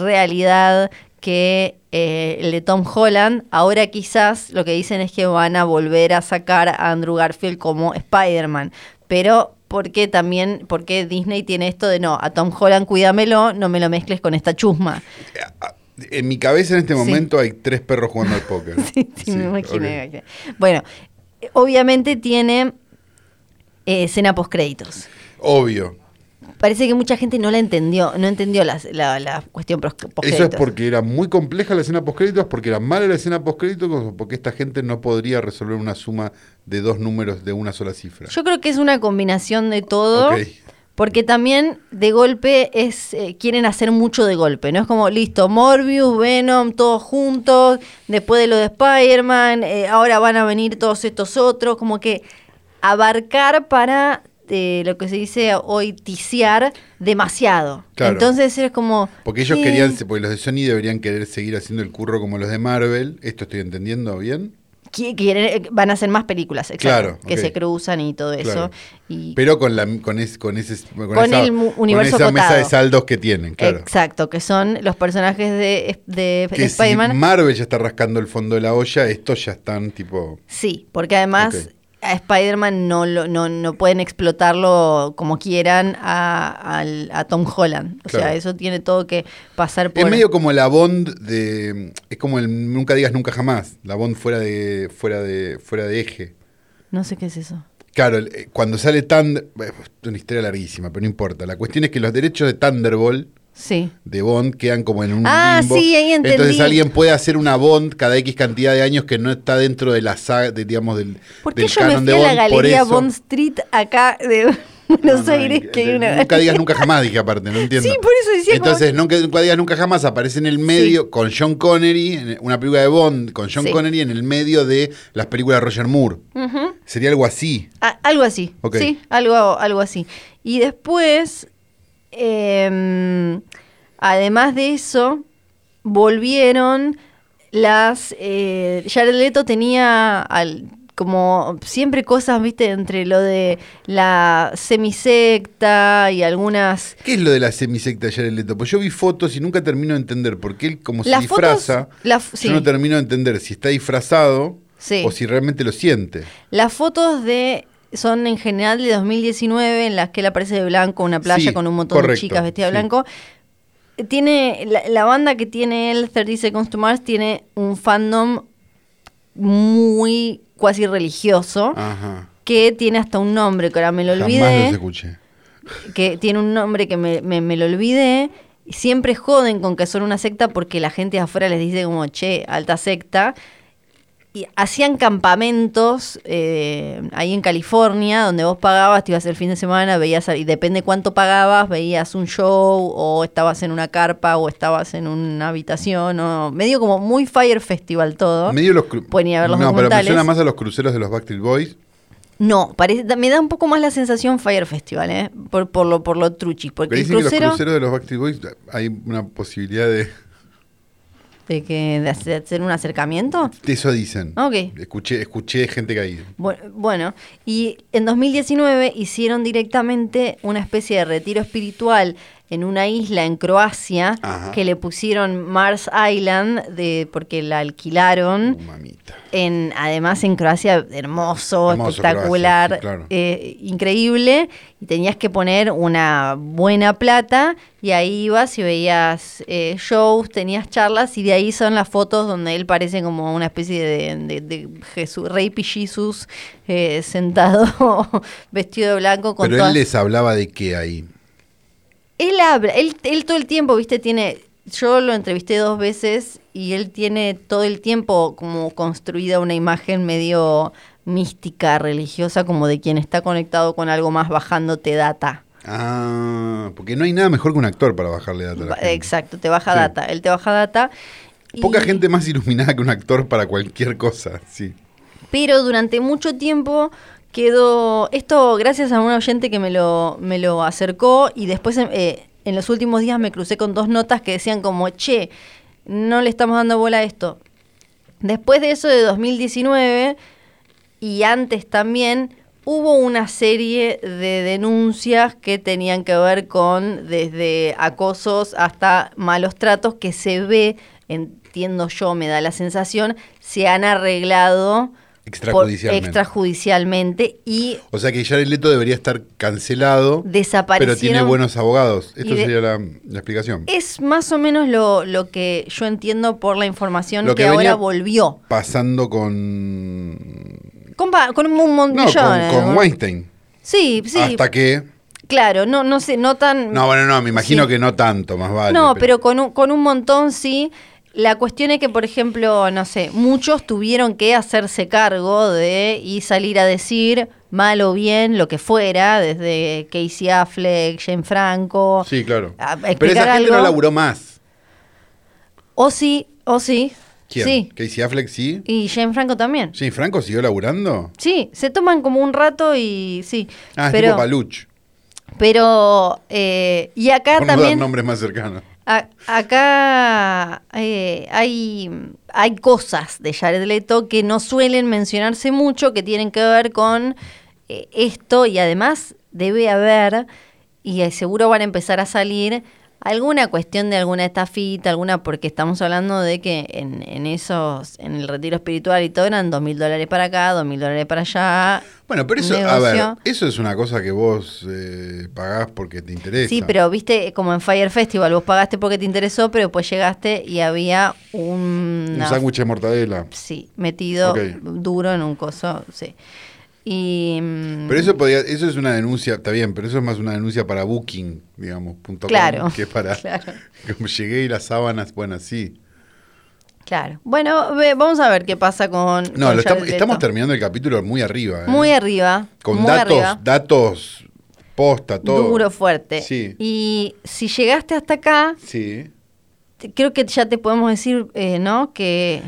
realidad que eh, el de Tom Holland, ahora quizás lo que dicen es que van a volver a sacar a Andrew Garfield como Spider-Man, pero porque también, porque Disney tiene esto de no, a Tom Holland cuídamelo, no me lo mezcles con esta chusma. Eh, En mi cabeza en este Sí. momento hay tres perros jugando al póker. sí, sí, me imaginé. ok. Bueno, eh, obviamente tiene eh, escena post créditos. Obvio. Parece que mucha gente no la entendió, no entendió las- la, la cuestión pros- postcréditos. Eso es porque era muy compleja la escena postcréditos, porque era mala la escena postcréditos, o porque esta gente no podría resolver una suma de dos números de una sola cifra. Yo creo que es una combinación de todo. Ok. Porque también de golpe es eh, quieren hacer mucho de golpe, ¿no? Es como, listo, Morbius, Venom, todos juntos, después de lo de Spider-Man, eh, ahora van a venir todos estos otros, como que abarcar para eh, lo que se dice hoy ticiar demasiado. Claro. Entonces es como... "Eh, Porque ellos ¿qué? querían, porque los de Sony deberían querer seguir haciendo el curro como los de Marvel. ¿Esto estoy entendiendo bien? Qui- quieren- eh, van a hacer más películas, exacto, Claro, que ok. se cruzan y todo eso. Claro. Y Pero con la con es- con ese con, Con el mu- universo con esa acotado. mesa de saldos que tienen, claro. Exacto, que son los personajes de, de Que si Spider-Man. Marvel ya está rascando el fondo de la olla, estos ya están tipo Sí, porque además Ok. a Spider-Man no, lo- no, no pueden explotarlo como quieran a, al- a Tom Holland. O Claro. sea, eso tiene todo que pasar por... Es medio como la Bond de es como el nunca digas nunca jamás, la Bond fuera de fuera de fuera de eje. No sé qué es eso. Claro, el- eh, cuando sale Thunder, bueno, es una historia larguísima, pero no importa. La cuestión es que los derechos de Thunderbolt Sí. de Bond quedan como en un Ah, limbo. sí, ahí entendí. Entonces alguien puede hacer una Bond cada X cantidad de años que no está dentro de la saga, de, digamos, del, ¿Por qué del yo me canon fui a de la Bond. Por galería eso- Bond Street acá de No, Buenos no, Aires? en- Que hay en- una Nunca digas galería? nunca jamás, dije aparte, no entiendo. Sí, por eso decía como- Entonces, nunca, nunca digas nunca jamás aparece en el medio con John Connery, en una película de Bond con John Sí. Connery en el medio de las películas de Roger Moore. Ujú. Sería algo así. A- algo así. Ok. Sí, algo, algo así. Y después, eh, además de eso, volvieron las... Eh, Jared Leto tenía al- como siempre cosas, viste, entre lo de la semisecta y algunas... ¿Qué es lo de la semisecta de Jared Leto? Pues yo vi fotos y nunca termino de entender por qué él como se Las fotos- disfraza. la f- sí. Yo no termino de entender si está disfrazado Sí. o si realmente lo siente. Las fotos de... Son en general de 2019 en las que él aparece de blanco en una playa Sí, con un montón de correcto, chicas vestidas de sí. blanco. tiene la, la banda que tiene el 30 Seconds to Mars tiene un fandom muy cuasi religioso Ajá. que tiene hasta un nombre que ahora me lo Ah. Jamás los olvidé escuché. que tiene un nombre que me, me- me lo olvidé. y Siempre joden con que son una secta porque la gente de afuera les dice como, che, alta secta. Y hacían campamentos eh, ahí en California, donde vos pagabas, te ibas el fin de semana, veías, y depende cuánto pagabas, veías un show, o estabas en una carpa, o estabas en una habitación, o medio como muy Fire Festival todo. Medio los cru- Pueden ir a ver los no, pero me documentales. suena más a los cruceros de los Backstreet Boys. No, parece, da- me da un poco más la sensación Fire Festival, ¿eh? Por, por lo, por lo truchi. Porque Pero el dicen que los crucero. cruceros de los Backstreet Boys hay una posibilidad de... De, que, de hacer- hacer un acercamiento. Eso dicen. Ok. Escuché, escuché gente que ha ido. Bu- Bueno, y en 2019 hicieron directamente una especie de retiro espiritual en una isla en Croacia Ajá. que le pusieron Mars Island de, porque la alquilaron. Oh, mamita. En, además en Croacia, hermoso, Hermoso espectacular, Croacia, sí, claro. eh, increíble. Y tenías que poner una buena plata y ahí ibas y veías eh, shows, tenías charlas y de ahí son las fotos donde él parece como una especie de, de- de Jesús, Rey Pijisus sentado vestido de blanco con Pero todas- él les hablaba de qué ahí. él habla, él, él todo el tiempo, viste, tiene. Yo lo entrevisté dos veces y él tiene todo el tiempo como construida una imagen medio mística, religiosa, como de quien está conectado con algo más bajándote data. Ah, porque no hay nada mejor que un actor para bajarle data. a la Ba- gente. Exacto, te baja Sí. data. Él te baja data. y- Poca gente más iluminada que un actor para cualquier cosa, sí. pero durante mucho tiempo quedó esto gracias a un oyente que me lo, me lo acercó y después eh, en los últimos días me crucé con dos notas que decían como, che, no le estamos dando bola a esto. Después de eso de 2019 y antes también hubo una serie de denuncias que tenían que ver con desde acosos hasta malos tratos que se ve, entiendo yo, me da la sensación, se han arreglado por- Extrajudicialmente. extrajudicialmente y O sea que Jared Leto debería estar cancelado, pero desaparecieron. tiene buenos abogados. Esto Y de- Eh, sería la, la explicación. Es más o menos lo, lo que yo entiendo por la información Lo que, que venía- ahora volvió. Pasando con... Con, pa- con un montón No, con, con Weinstein. Sí, sí. Hasta que... Claro, no, no se notan. No, bueno, no, me imagino Sí. que no tanto, más vale. No, pero con un, con un montón sí. La cuestión es que, por ejemplo, no sé, muchos tuvieron que hacerse cargo de y salir a decir mal o bien lo que fuera, desde Casey Affleck, Jane Franco. Sí, claro. a- a Pero esa explicar gente no algo. laburó más. O sí, o sí. ¿Quién? Sí. ¿Casey Affleck sí? Y Jane Franco también. ¿Jane Franco siguió laburando? Sí, se toman como un rato y sí. Ah, es tipo pero, Paluch. pero eh, y acá Por no dar también. nombres más cercanos. A- acá eh, hay, hay cosas de Jared Leto que no suelen mencionarse mucho, que tienen que ver con eh, esto y además debe haber, y eh, seguro van a empezar a salir, alguna cuestión de alguna estafita, alguna, porque estamos hablando de que en, en esos, en el retiro espiritual y todo eran dos mil dólares para acá, dos mil dólares para allá. Bueno, pero eso, a negocio. ver, eso es una cosa que vos eh, pagás porque te interesa. Sí, pero viste, como en Fire Festival, vos pagaste porque te interesó, pero después llegaste y había un. Un sándwich de mortadela. Sí, metido Ok. duro en un coso, sí. Y. mm, Pero eso podría, eso es una denuncia, está bien, pero eso es más una denuncia para Booking, digamos, punto com, Claro, que para claro. como llegué y las sábanas, bueno, sí. Claro. Bueno, ve- vamos a ver qué pasa con. No, con lo estamos, Jared Leto. estamos terminando el capítulo muy arriba. ¿eh? Muy arriba. Con muy datos, arriba. datos, posta, todo. Duro, fuerte. Sí. Y si llegaste hasta acá, Sí. te- creo que ya te podemos decir, eh, ¿no? Que.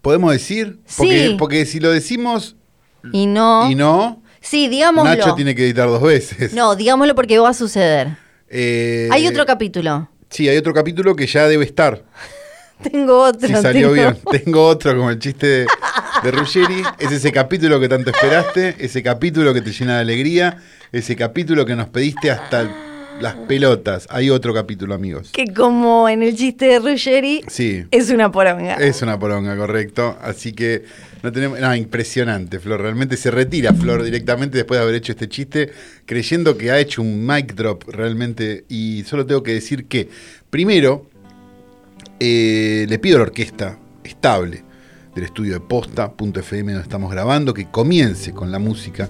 ¿Podemos decir? Porque, Sí. porque si lo decimos Y no. y no, Sí, digámoslo. Nacho tiene que editar dos veces. No, digámoslo porque va a suceder. Eh, Hay otro capítulo. Sí, hay otro capítulo que ya debe estar. Tengo otro. Si salió tengo- bien. Tengo otro como el chiste de, de Ruggeri. Es ese capítulo que tanto esperaste, ese capítulo que te llena de alegría, ese capítulo que nos pediste hasta el- las pelotas. Hay otro capítulo, amigos. Que como en el chiste de Ruggeri, Sí. es una poronga. Es una poronga, correcto. Así que no tenemos. No, impresionante, Flor. Realmente se retira Flor directamente después de haber hecho este chiste, creyendo que ha hecho un mic drop realmente. Y solo tengo que decir que, primero, eh, le pido a la orquesta estable del estudio de posta.fm donde estamos grabando que comience con la música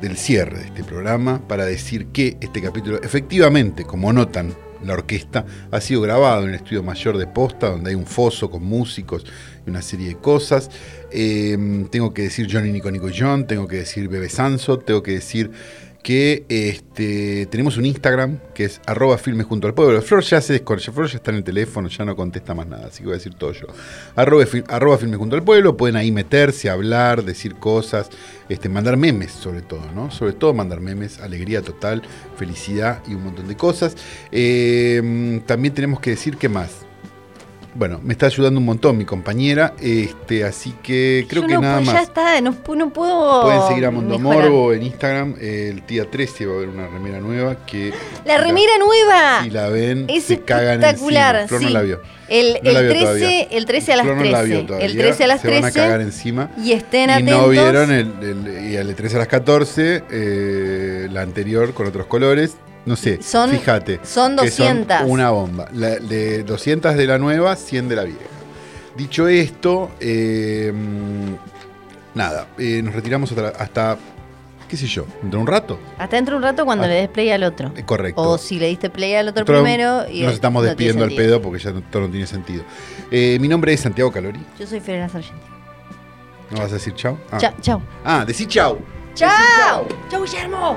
del cierre de este programa para decir que este capítulo, efectivamente, como notan la orquesta, ha sido grabado en el estudio mayor de Posta, donde hay un foso con músicos y una serie de cosas. Eh, tengo que decir Johnny Nico Nico John, tengo que decir Bebe Sanso, tengo que decir que este, tenemos un Instagram que es arroba filmes junto al pueblo. Flor ya se descorcha, Flor ya está en el teléfono, ya no contesta más nada, así que voy a decir todo yo. Arroba, fil- arroba filmes junto al pueblo, pueden ahí meterse, hablar, decir cosas, este, mandar memes sobre todo, ¿no? Sobre todo mandar memes, alegría total, felicidad y un montón de cosas. Eh, también tenemos que decir que más. Bueno, me está ayudando un montón mi compañera, este, así que creo Yo que no nada pu- más. Ya está, no, pu- no puedo. Pueden seguir a mejorar. Mondomorbo en Instagram. El día 13 va a haber una remera nueva que. La remera nueva. Si la ven, es se cagan espectacular. encima. Flor no sí. la vio. El, No la el vio 13, todavía. el 13 a las Flor 13. no la vio todavía. el 13 a las Se van a cagar 13. encima. Y estén y atentos. no vieron el, el- y el 13 a las 14, eh, la anterior con otros colores. No sé, Son- fíjate. son que 200. una bomba. La- de 200 de la nueva, 100 de la vieja. Dicho esto, eh, nada, eh, nos retiramos hasta, hasta, qué sé yo, dentro de un rato. Hasta dentro de un rato cuando Ah. le des play al otro. Eh, Correcto. O si le diste play al otro Nosotros primero. Y nos estamos no tiene despidiendo al sentido. pedo porque ya no, todo no tiene sentido. Eh, mi nombre es Santiago Calori. Yo soy Ferena Sargenti. ¿No vas a decir chau? Ah, Chao, chao. ah decí chau. Chao. Chao, Guillermo.